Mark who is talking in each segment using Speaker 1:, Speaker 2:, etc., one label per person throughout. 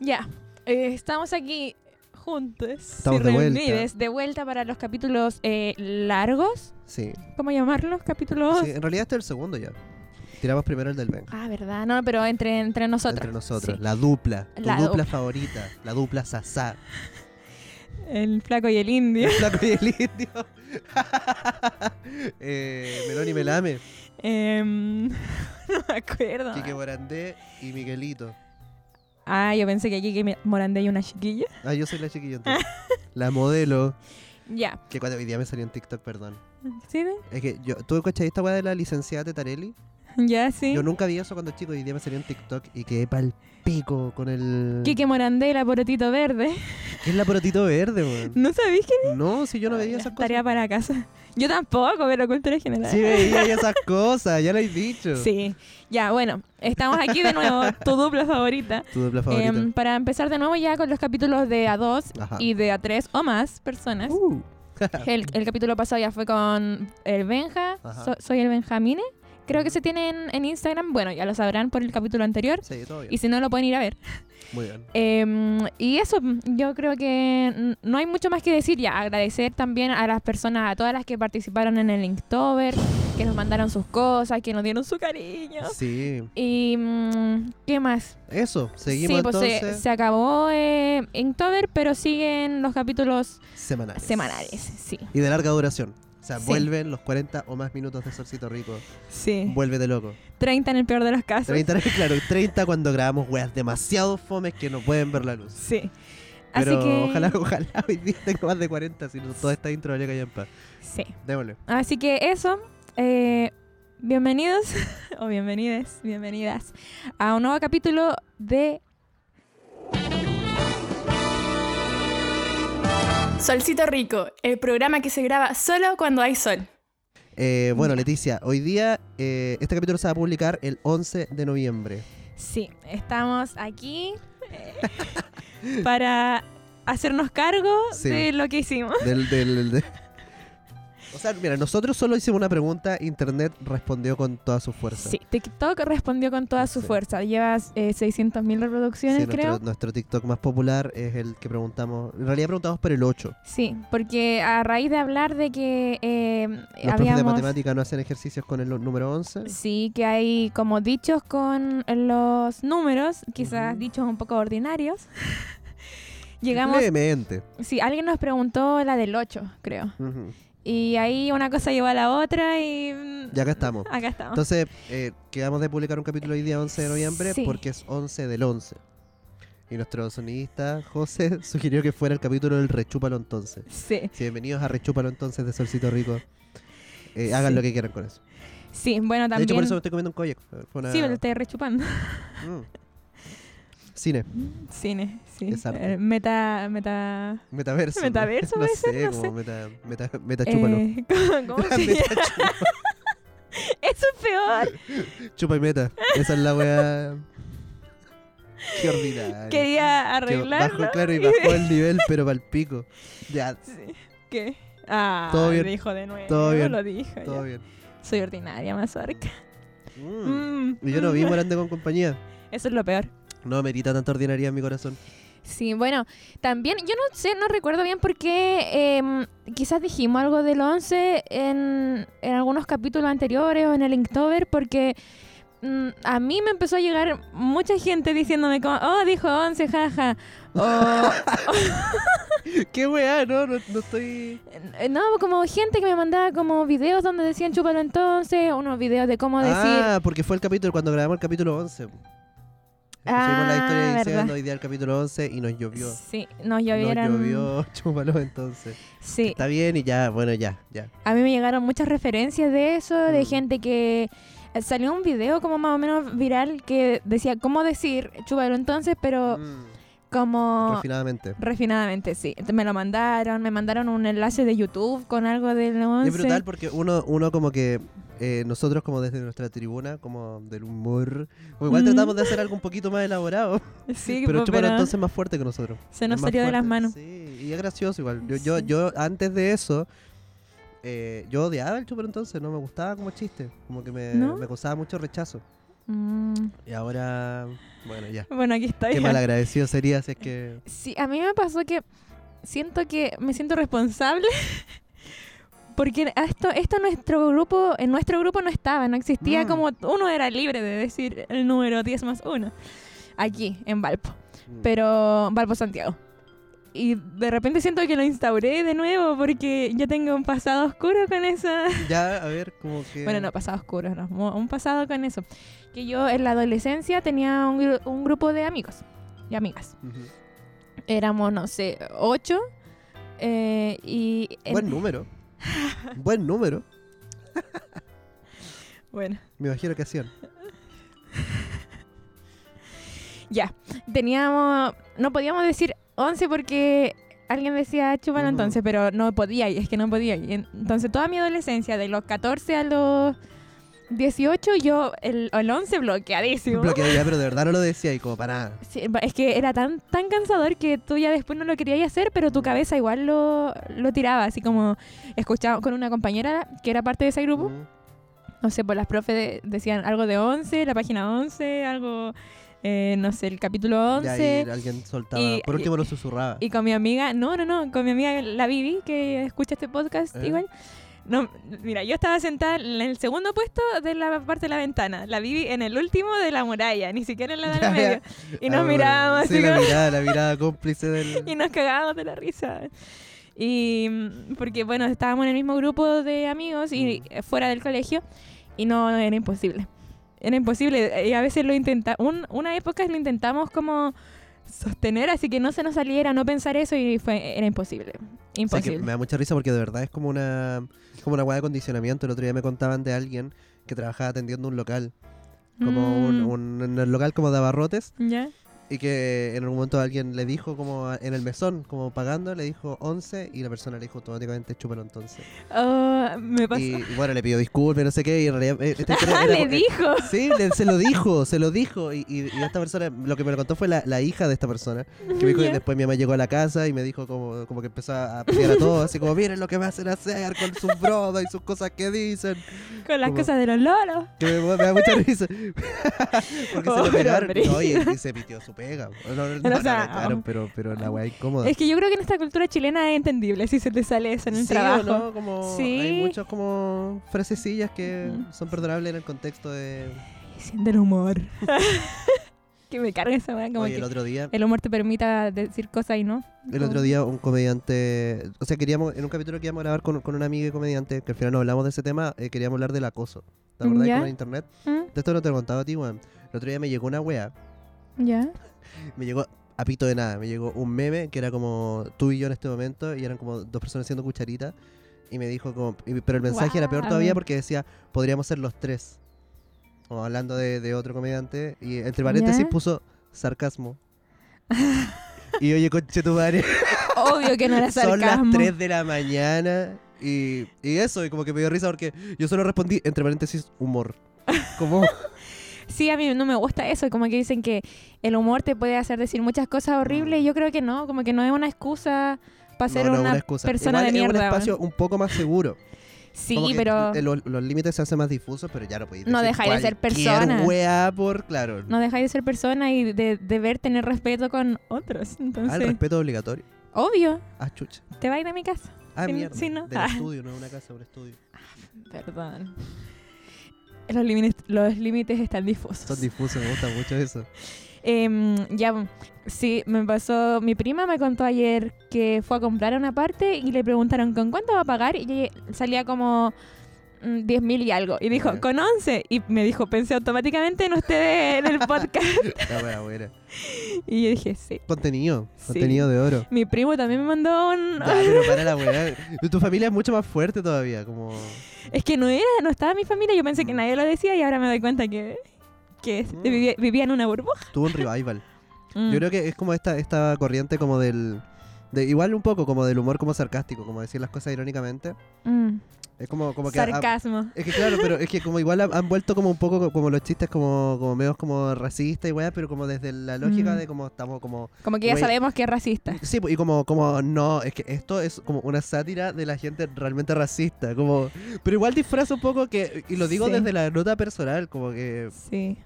Speaker 1: Ya, eh, estamos aquí juntos.
Speaker 2: Estamos de vuelta.
Speaker 1: De vuelta para los capítulos eh, largos.
Speaker 2: Sí.
Speaker 1: ¿Cómo llamarlos? Capítulos.
Speaker 2: Sí, En realidad este es el segundo ya. Tiramos primero el del Ben.
Speaker 1: Ah, ¿verdad? No, pero entre, entre nosotros.
Speaker 2: Entre nosotros.
Speaker 1: Sí.
Speaker 2: La dupla. Tu
Speaker 1: La
Speaker 2: dupla,
Speaker 1: dupla.
Speaker 2: favorita. La dupla Sasá.
Speaker 1: El flaco y el indio.
Speaker 2: El flaco y el indio. eh, Melón y Melame.
Speaker 1: Em, no me acuerdo.
Speaker 2: Quique Morandé y Miguelito.
Speaker 1: Ah, yo pensé que aquí Morandé y una chiquilla.
Speaker 2: Ah, yo soy la chiquilla entonces. la modelo.
Speaker 1: Ya.
Speaker 2: Que cuando hoy día me salió en TikTok, perdón.
Speaker 1: ¿Sí? ve?
Speaker 2: Es que yo, ¿tú cachai esta weá de la licenciada Tetarelli?
Speaker 1: Ya, sí.
Speaker 2: Yo nunca vi eso cuando chico y hoy día me salió en TikTok y quedé pa'l pico con el...
Speaker 1: Quique Morandé y la porotito verde.
Speaker 2: ¿Qué es la porotito verde, weón?
Speaker 1: ¿No sabéis que
Speaker 2: No, si yo no
Speaker 1: Ah,
Speaker 2: veía
Speaker 1: ya,
Speaker 2: esas cosas.
Speaker 1: Tarea para casa. Yo tampoco, pero cultura general.
Speaker 2: Sí veía esas cosas, ya lo he dicho.
Speaker 1: Sí. Ya, bueno, estamos aquí de nuevo, tu dupla favorita.
Speaker 2: Tu dupla
Speaker 1: Em,
Speaker 2: favorita.
Speaker 1: para empezar de nuevo ya con los capítulos de A2
Speaker 2: Ajá.
Speaker 1: y de A3 o más personas.
Speaker 2: Uh.
Speaker 1: El, el capítulo pasado ya fue con el Benja,
Speaker 2: Ajá.
Speaker 1: so- soy el Benjamine. Creo que se tiene en, en Instagram, bueno, ya lo sabrán por el capítulo anterior.
Speaker 2: Sí, todo bien.
Speaker 1: Y si no, lo pueden ir a ver.
Speaker 2: Muy bien.
Speaker 1: Em, y eso, yo creo que n- no hay mucho más que decir. Ya agradecer también a las personas, a todas las que participaron en el Inktober, que nos mandaron sus cosas, que nos dieron su cariño.
Speaker 2: Sí,
Speaker 1: Y mm, qué más.
Speaker 2: eso, seguimos
Speaker 1: sí, pues se-
Speaker 2: entonces
Speaker 1: se, acabó eh, Inktober, pero siguen los capítulos
Speaker 2: semanales.
Speaker 1: semanales. Sí,
Speaker 2: Y de larga duración. O sea,
Speaker 1: Sí.
Speaker 2: vuelven los 40 o más minutos de Solcito Rico.
Speaker 1: sí.
Speaker 2: Vuélvete loco.
Speaker 1: 30 en el peor de los casos.
Speaker 2: 30, claro, 30 cuando grabamos weas demasiado fomes que no pueden ver la luz.
Speaker 1: Sí.
Speaker 2: Pero
Speaker 1: Así que.
Speaker 2: ojalá, ojalá hoy día tenga más de 40, si no toda esta intro vaya en paz.
Speaker 1: Sí.
Speaker 2: Démosle.
Speaker 1: Así que eso, eh, bienvenidos o bienvenides, bienvenidas a un nuevo capítulo de
Speaker 3: Solcito Rico, el programa que se graba solo cuando hay sol.
Speaker 2: Eh, bueno,
Speaker 1: Ya.
Speaker 2: Leticia, hoy día eh, este capítulo se va a publicar el 11 de noviembre.
Speaker 1: Sí, estamos aquí eh, para hacernos cargo
Speaker 2: Sí.
Speaker 1: de lo que hicimos.
Speaker 2: Del, del- de- O sea, mira, nosotros solo hicimos una pregunta, Internet respondió con toda su fuerza.
Speaker 1: Sí, TikTok respondió con toda su
Speaker 2: Sí.
Speaker 1: fuerza. Llevas eh, 600.000
Speaker 2: Sí,
Speaker 1: reproducciones, creo.
Speaker 2: nuestro, nuestro TikTok más popular es el que preguntamos. En realidad preguntamos por el 8.
Speaker 1: Sí, porque a raíz de hablar de que eh,
Speaker 2: Los profes de
Speaker 1: habíamos...
Speaker 2: matemática no hacen ejercicios con el número 11.
Speaker 1: Sí, que hay como dichos con los números, quizás
Speaker 2: Ujú.
Speaker 1: dichos un poco ordinarios. Llegamos,
Speaker 2: Levemente.
Speaker 1: sí, alguien nos preguntó la del 8, creo.
Speaker 2: Ujú.
Speaker 1: Y ahí una cosa llevó a la otra y... mm,
Speaker 2: Y acá estamos.
Speaker 1: Acá estamos.
Speaker 2: Entonces, eh, quedamos de publicar un capítulo hoy día 11 de noviembre
Speaker 1: Sí.
Speaker 2: porque es 11 del 11. Y nuestro sonidista José sugirió que fuera el capítulo del Rechúpalo entonces.
Speaker 1: sí,
Speaker 2: Sí, bienvenidos a Rechúpalo entonces de Solcito Rico. Eh, hagan
Speaker 1: Sí.
Speaker 2: lo que quieran con eso.
Speaker 1: sí, bueno,
Speaker 2: De
Speaker 1: también...
Speaker 2: hecho, por eso me estoy comiendo un koyak. Fue una-
Speaker 1: Sí, me lo estoy rechupando.
Speaker 2: Mm. Cine,
Speaker 1: Cine, sí.
Speaker 2: Es arte.
Speaker 1: Eh, Meta, meta...
Speaker 2: metaverso.
Speaker 1: Metaverso
Speaker 2: no
Speaker 1: puede
Speaker 2: sé,
Speaker 1: ser, no
Speaker 2: como
Speaker 1: sé.
Speaker 2: Meta, meta, metachúpalo.
Speaker 1: Eh, ¿Cómo, cómo se llama?
Speaker 2: Metachupa-
Speaker 1: Eso es peor.
Speaker 2: Chupa y meta. Esa es la weá. Qué ordinaria.
Speaker 1: Quería
Speaker 2: Que
Speaker 1: arreglarlo.
Speaker 2: Bajó, claro, y
Speaker 1: y-
Speaker 2: bajó el nivel, pero pal pico. Ya,
Speaker 1: Sí. ¿Qué? Ah,
Speaker 2: Todo bien,
Speaker 1: dijo de nuevo.
Speaker 2: todo bien,
Speaker 1: Lo dijo. ya.
Speaker 2: todo bien.
Speaker 1: Soy ordinaria, mazorca.
Speaker 2: Mm.
Speaker 1: Mm,
Speaker 2: Y yo no vi
Speaker 1: mm.
Speaker 2: Morande con compañía.
Speaker 1: Eso es lo peor.
Speaker 2: No, merita tanta ordinaria en mi corazón.
Speaker 1: Sí, bueno, también, yo no sé, no recuerdo bien por qué em, quizás dijimos algo del 11 en, en algunos capítulos anteriores o en el Inktober, porque mm, a mí me empezó a llegar mucha gente diciéndome como, oh, dijo 11, jaja. O,
Speaker 2: Qué weá, no, no, no estoy.
Speaker 1: Eh, No, como gente que me mandaba como videos donde decían chúpalo entonces, unos videos de cómo decir.
Speaker 2: Ah, porque fue el capítulo, cuando grabamos el capítulo 11. Subimos la
Speaker 1: Ah,
Speaker 2: historia diciendo
Speaker 1: verdad.
Speaker 2: hoy día el capítulo 11 y nos llovió.
Speaker 1: Sí, nos llovieron.
Speaker 2: Nos llovió, chúpalo entonces.
Speaker 1: Sí,
Speaker 2: Está bien y ya, bueno, ya, ya.
Speaker 1: a mí me llegaron muchas referencias de eso, de
Speaker 2: Mm.
Speaker 1: gente que eh, salió un video como más o menos viral que decía cómo decir chúpalo entonces, pero
Speaker 2: Mm,
Speaker 1: como
Speaker 2: refinadamente.
Speaker 1: refinadamente, sí. Me lo mandaron, me mandaron un enlace de YouTube con algo del
Speaker 2: Y
Speaker 1: 11.
Speaker 2: Es brutal porque uno, uno como que eh, nosotros como desde nuestra tribuna, como del humor, como igual
Speaker 1: Mm.
Speaker 2: tratamos de hacer algo un poquito más elaborado,
Speaker 1: Sí, pues,
Speaker 2: pero
Speaker 1: po,
Speaker 2: Chupalo entonces es más fuerte que nosotros.
Speaker 1: se nos
Speaker 2: Es más
Speaker 1: salió de las
Speaker 2: fuerte.
Speaker 1: manos.
Speaker 2: Sí, y es gracioso igual. Yo, yo,
Speaker 1: Sí.
Speaker 2: yo antes de eso, eh, yo odiaba el Chupalo entonces, no me gustaba como chiste, como que me,
Speaker 1: ¿No?
Speaker 2: me causaba mucho rechazo.
Speaker 1: Mm.
Speaker 2: Y ahora, bueno, ya.
Speaker 1: Bueno, aquí está.
Speaker 2: Qué
Speaker 1: ya.
Speaker 2: mal agradecido sería si es que.
Speaker 1: Sí, a mí me pasó que siento que me siento responsable porque a esto esto nuestro grupo en nuestro grupo no estaba, no existía
Speaker 2: Mm.
Speaker 1: como uno era libre de decir el número 10 más 1 aquí en Valpo,
Speaker 2: mm,
Speaker 1: pero Valpo Santiago. Y de repente siento que lo instauré de nuevo porque yo tengo un pasado oscuro con esa
Speaker 2: Ya, a ver, como que.
Speaker 1: bueno, no, pasado oscuro, no. mo- Un pasado con eso. Que yo en la adolescencia tenía un, gru- un grupo de amigos y amigas.
Speaker 2: Ujú.
Speaker 1: Éramos, no sé, ocho. eh, y. en-
Speaker 2: Buen número. Buen número.
Speaker 1: bueno,
Speaker 2: Me imagino que hacían.
Speaker 1: ya. Teníamos. No podíamos decir once porque alguien decía chúpalo
Speaker 2: Ujú.
Speaker 1: entonces, pero no podía y es que no podía. y en- entonces toda mi adolescencia, de los 14 a los 18, yo el, el 11 bloqueadísimo.
Speaker 2: Bloqueado ya, pero de verdad no lo decía y como para nada.
Speaker 1: Sí, ba- es que era tan, tan cansador que tú ya después no lo querías hacer, pero tu
Speaker 2: Mm.
Speaker 1: cabeza igual lo, lo tiraba, así como escuchaba con una compañera que era parte de ese grupo.
Speaker 2: Mm.
Speaker 1: No sé, pues las profes de- decían algo de 11, la página 11, algo, eh, no sé, el capítulo
Speaker 2: Ya,
Speaker 1: 11.
Speaker 2: y alguien soltaba.
Speaker 1: y-
Speaker 2: Por último lo susurraba.
Speaker 1: Y con mi amiga, no, no, no, con mi amiga la Vivi, que escucha este podcast
Speaker 2: ¿Eh?
Speaker 1: igual. No, mira, yo estaba sentada en el segundo puesto de la parte de la ventana, la Vivi en el último de la muralla, ni siquiera en la del
Speaker 2: Ya,
Speaker 1: medio. Y
Speaker 2: Ah,
Speaker 1: nos
Speaker 2: bueno,
Speaker 1: mirábamos
Speaker 2: Sí,
Speaker 1: así
Speaker 2: la
Speaker 1: como-
Speaker 2: mirada, la mirada cómplice del.
Speaker 1: y nos cagábamos de la risa. Y mm, porque, bueno, estábamos en el mismo grupo de amigos y
Speaker 2: Mm.
Speaker 1: eh, fuera del colegio y no era imposible. Era imposible eh, y a veces lo intentamos, una época lo intentamos como sostener, así que no se nos saliera, no pensar eso y fue, era imposible.
Speaker 2: O sea, que
Speaker 1: Imposible.
Speaker 2: me da mucha risa porque de verdad es como una es como una hueá de condicionamiento. El otro día me contaban de alguien que trabajaba atendiendo un local, como un,
Speaker 1: Mm,
Speaker 2: un- en el local como de abarrotes,
Speaker 1: ¿Ya?
Speaker 2: y que en algún momento alguien le dijo como a- en el mesón, como pagando, le dijo 11 y la persona le dijo automáticamente chúpalo entonces.
Speaker 1: Oh, me pasó.
Speaker 2: Y, y bueno, le pidió disculpas, y no sé qué, y en realidad eh, esta historia
Speaker 1: Ah,
Speaker 2: era
Speaker 1: le
Speaker 2: co- eh,
Speaker 1: dijo.
Speaker 2: Sí, le- se lo dijo, se lo dijo. Y, y- y esta persona, lo que me lo contó fue la, la hija de esta persona. Que me dijo que
Speaker 1: Ya.
Speaker 2: después mi mamá llegó a la casa y me dijo como, como que empezó a pelear a todos, así como, miren lo que me hacen hacer con sus brodas y sus cosas que dicen.
Speaker 1: Con las
Speaker 2: como-
Speaker 1: cosas de los loros.
Speaker 2: Que me, me da mucha risa. Porque se
Speaker 1: Pobre
Speaker 2: lo pegaron.
Speaker 1: hombre.
Speaker 2: No, y, y se pitió su pega. No, no, no,
Speaker 1: Pero, o
Speaker 2: no,
Speaker 1: sea, um,
Speaker 2: le pegaron, pero, pero la weá incómoda.
Speaker 1: Es que yo creo que en esta cultura chilena es entendible si se te sale eso en el
Speaker 2: Sí, ¿o
Speaker 1: trabajo.
Speaker 2: no? Como Hay
Speaker 1: Sí. Mm.
Speaker 2: muchas como frasecillas que
Speaker 1: Ujú.
Speaker 2: son perdonables en el contexto de...
Speaker 1: Siente el humor. que me carga esa weá, como
Speaker 2: Oye,
Speaker 1: que
Speaker 2: el otro día...
Speaker 1: el humor te permita decir cosas y no.
Speaker 2: El
Speaker 1: Mm.
Speaker 2: otro día un comediante, o sea, queríamos, en un capítulo que íbamos a grabar con, con una amiga y comediante, que al final no hablamos de ese tema, eh, queríamos hablar del acoso. ¿Te acordás
Speaker 1: Ya.
Speaker 2: con el internet?
Speaker 1: ¿Mm?
Speaker 2: De esto no te lo he contado a ti, weón. El otro día me llegó una wea,
Speaker 1: ¿Ya?
Speaker 2: me llegó a pito de nada, me llegó un meme que era como tú y yo en este momento, y eran como dos personas haciendo cucharita, y me dijo como, y- pero el mensaje era peor
Speaker 1: Guau.
Speaker 2: todavía porque decía, podríamos ser los tres. Como hablando de, de otro comediante, y entre paréntesis
Speaker 1: Ya.
Speaker 2: puso sarcasmo. y oye, conche tu madre.
Speaker 1: Obvio que no era
Speaker 2: Son las
Speaker 1: sarcasmo.
Speaker 2: 3 de la mañana y, y eso, y como que me dio risa porque yo solo respondí, entre paréntesis, humor. Como,
Speaker 1: Sí, a mí no me gusta eso, como que dicen que el humor te puede hacer decir muchas cosas horribles. y Yo creo que no, como que no es una excusa para ser
Speaker 2: no, no,
Speaker 1: una,
Speaker 2: excusa.
Speaker 1: persona
Speaker 2: Igual
Speaker 1: de mierda.
Speaker 2: Es un
Speaker 1: weón.
Speaker 2: espacio un poco más seguro. Como
Speaker 1: Sí,
Speaker 2: que
Speaker 1: pero
Speaker 2: l- los, los límites se hacen más difusos, pero ya no podéis
Speaker 1: No
Speaker 2: decir
Speaker 1: dejáis de ser
Speaker 2: cualquier
Speaker 1: persona.
Speaker 2: weá por, claro.
Speaker 1: no dejáis de ser persona y de deber tener respeto con otros.
Speaker 2: al
Speaker 1: Entonces,
Speaker 2: respeto obligatorio.
Speaker 1: obvio,
Speaker 2: Ah, chucha.
Speaker 1: te vais de mi casa.
Speaker 2: Ah,
Speaker 1: Sí,
Speaker 2: mierda.
Speaker 1: sí, no.
Speaker 2: Del
Speaker 1: Ah.
Speaker 2: estudio, no es una casa, un estudio.
Speaker 1: Perdón. Los límites, los límites están difusos.
Speaker 2: Son difusos, me gusta mucho eso.
Speaker 1: Em, ya, sí, me pasó. Mi prima me contó ayer que fue a comprar a una parte y le preguntaron con cuánto va a pagar y ella salía como mm, 10 mil y algo. Y dijo,
Speaker 2: Ya.
Speaker 1: con 11. Y me dijo, pensé automáticamente en ustedes en el podcast.
Speaker 2: La weá buena.
Speaker 1: y yo dije, sí.
Speaker 2: Contenido,
Speaker 1: Sí.
Speaker 2: contenido de oro.
Speaker 1: Mi primo también me mandó un.
Speaker 2: Ya, pero para la weá. Tu familia es mucho más fuerte todavía, como...
Speaker 1: Es que no era, no estaba mi familia. Yo pensé que
Speaker 2: Mm.
Speaker 1: nadie lo decía y ahora me doy cuenta que, que
Speaker 2: Mm.
Speaker 1: vivía, vivía en una burbuja.
Speaker 2: Tuvo un revival.
Speaker 1: Mm.
Speaker 2: Yo creo que es como esta, esta corriente como del... De, igual un poco como del humor como sarcástico, como decir las cosas irónicamente.
Speaker 1: Mm.
Speaker 2: Es como, como que... ah,
Speaker 1: Sarcasmo.
Speaker 2: es que claro, pero es que como igual han, han vuelto como un poco co- como los chistes como, como medios como racistas y weá, pero como desde la lógica
Speaker 1: Mm.
Speaker 2: de como estamos como...
Speaker 1: Como que ya
Speaker 2: Güey.
Speaker 1: sabemos que es racista.
Speaker 2: Sí, pues, y como, como no, es que esto es como una sátira de la gente realmente racista, como... Pero igual disfraza un poco que... Y lo digo
Speaker 1: Sí.
Speaker 2: desde la nota personal, como que...
Speaker 1: Sí.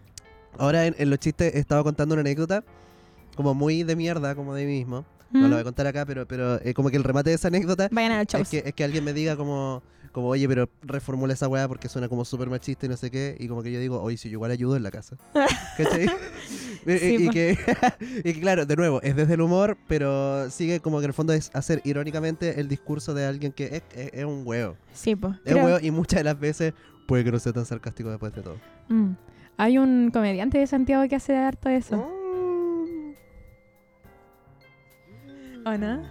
Speaker 2: Ahora en, en los chistes estaba contando una anécdota como muy de mierda, como de mí mismo. No
Speaker 1: ¿Mm?
Speaker 2: la voy a contar acá, pero, pero eh, como que el remate de esa anécdota
Speaker 1: Vayan a los shows.
Speaker 2: es que, es que alguien me diga como, como, oye, pero reformula esa weá porque suena como súper machista y no sé qué. Y como que yo digo, oye, si yo igual ayudo en la casa. ¿Cachai? y, y-
Speaker 1: Sí,
Speaker 2: y
Speaker 1: po.
Speaker 2: que, y que, claro, de nuevo, es desde el humor, pero sigue como que en el fondo es hacer irónicamente el discurso de alguien que es, es- es un huevo.
Speaker 1: Sí, po.
Speaker 2: Es
Speaker 1: Creo-
Speaker 2: un huevo y muchas de las veces puede que no sea tan sarcástico después de todo.
Speaker 1: Mm. Hay un comediante de Santiago que hace harto eso. ¿O no?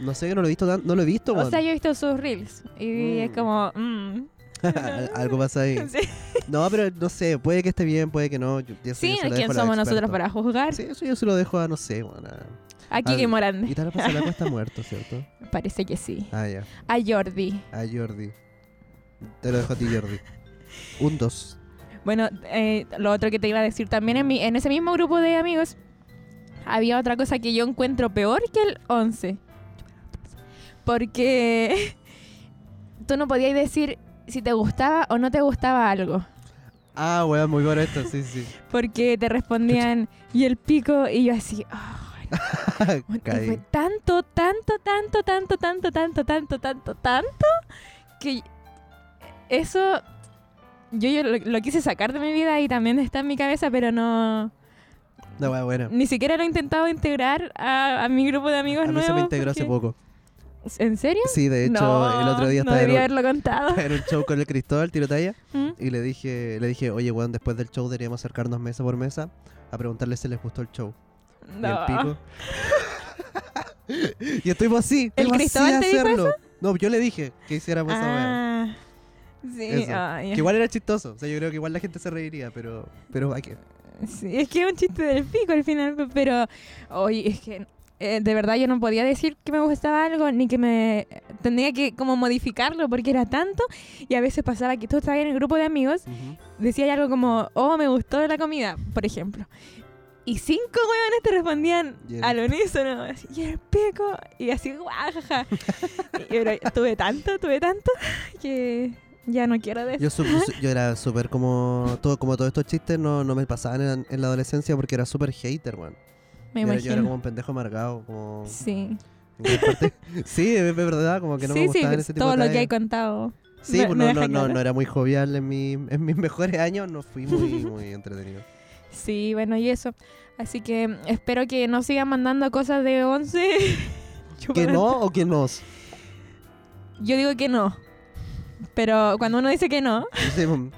Speaker 2: No sé que no lo he visto, tan- no lo he visto,
Speaker 1: O
Speaker 2: weón.
Speaker 1: sea, yo he visto sus reels y es
Speaker 2: Mm.
Speaker 1: como... mm.
Speaker 2: Al- Algo pasa ahí.
Speaker 1: Sí,
Speaker 2: No, pero no sé, puede que esté bien, puede que no. Yo, yo-
Speaker 1: Sí,
Speaker 2: yo se lo dejo
Speaker 1: ¿quién
Speaker 2: a los
Speaker 1: somos nosotros
Speaker 2: expertos.
Speaker 1: para juzgar?
Speaker 2: Sí, eso yo se lo dejo a, no sé, bueno, a-
Speaker 1: A Kiki
Speaker 2: Al-
Speaker 1: Morande.
Speaker 2: Y tal pasa la está muerto, ¿cierto?
Speaker 1: Parece que sí.
Speaker 2: Ah, ya.
Speaker 1: A Jordi.
Speaker 2: A Jordi. Te lo dejo a ti, Jordi. Un dos.
Speaker 1: Bueno, eh, lo otro que te iba a decir también en, mi- en ese mismo grupo de amigos, había otra cosa que yo encuentro peor que el 11. Porque tú no podías decir si te gustaba o no te gustaba algo.
Speaker 2: Ah, weón, muy bueno esto, sí, sí.
Speaker 1: Porque te respondían, y el pico, y yo así. "Ay, Bueno, y fue
Speaker 2: Caí.
Speaker 1: tanto, tanto, tanto, tanto, tanto, tanto, tanto, tanto, tanto, que eso yo, yo lo, lo quise sacar de mi vida y también está en mi cabeza, pero no...
Speaker 2: No, weón, bueno.
Speaker 1: Ni siquiera lo he intentado integrar a, a mi grupo de amigos
Speaker 2: A mí
Speaker 1: nuevos.
Speaker 2: se me integró hace
Speaker 1: porque-
Speaker 2: poco.
Speaker 1: ¿En serio?
Speaker 2: Sí, de hecho,
Speaker 1: no,
Speaker 2: el otro día
Speaker 1: no
Speaker 2: estaba en
Speaker 1: debía
Speaker 2: un,
Speaker 1: haberlo contado.
Speaker 2: estaba en un show con el Cristóbal, Tirotalla,
Speaker 1: ¿Mm?
Speaker 2: y le dije, le dije, oye, weón, después del show deberíamos acercarnos mesa por mesa a preguntarle si les gustó el show.
Speaker 1: No.
Speaker 2: Y el pico. y estuvimos así. estuvimos así
Speaker 1: Cristóbal
Speaker 2: de
Speaker 1: te dijo
Speaker 2: hacerlo. No, yo le dije que hiciéramos esa weá.
Speaker 1: Ah, sí,
Speaker 2: Eso.
Speaker 1: ay,
Speaker 2: Que igual era chistoso. O sea, yo creo que igual la gente se reiría, pero. Pero hay que.
Speaker 1: Sí, es que es un chiste del pico al final, pe- pero oye, es que eh, de verdad yo no podía decir que me gustaba algo ni que me tenía que como modificarlo porque era tanto y a veces pasaba que tú estabas en el grupo de amigos, decía algo como, "Oh, me gustó la comida", por ejemplo. Y cinco huevones te respondían
Speaker 2: Y el-
Speaker 1: al unísono, así, y el pico, y así, guajaja. y pero tuve tanto, tuve tanto, que ya no quiero decir.
Speaker 2: Yo, su- su- yo era súper como. Todo, como todos estos chistes no, no me pasaban en, en la adolescencia porque era súper hater, weón.
Speaker 1: me
Speaker 2: Yo era-
Speaker 1: imagino.
Speaker 2: Yo era como un pendejo amargado. Como.
Speaker 1: Sí.
Speaker 2: en gran parte. sí, es es verdad, como que no me
Speaker 1: sí, sí,
Speaker 2: gustaban ese tipo
Speaker 1: todo
Speaker 2: de
Speaker 1: lo que
Speaker 2: tallas.
Speaker 1: he contado.
Speaker 2: Sí,
Speaker 1: me-
Speaker 2: pues
Speaker 1: me
Speaker 2: no,
Speaker 1: deja
Speaker 2: no, no,
Speaker 1: claro.
Speaker 2: no era muy jovial en, mi, en mis mejores años, no fui muy, muy entretenido.
Speaker 1: Sí, bueno, y eso. Así que mm, espero que no sigan mandando cosas de 11.
Speaker 2: ¿Que no o que nos?
Speaker 1: Yo digo que no. Pero cuando uno dice que no,
Speaker 2: Sí, mm.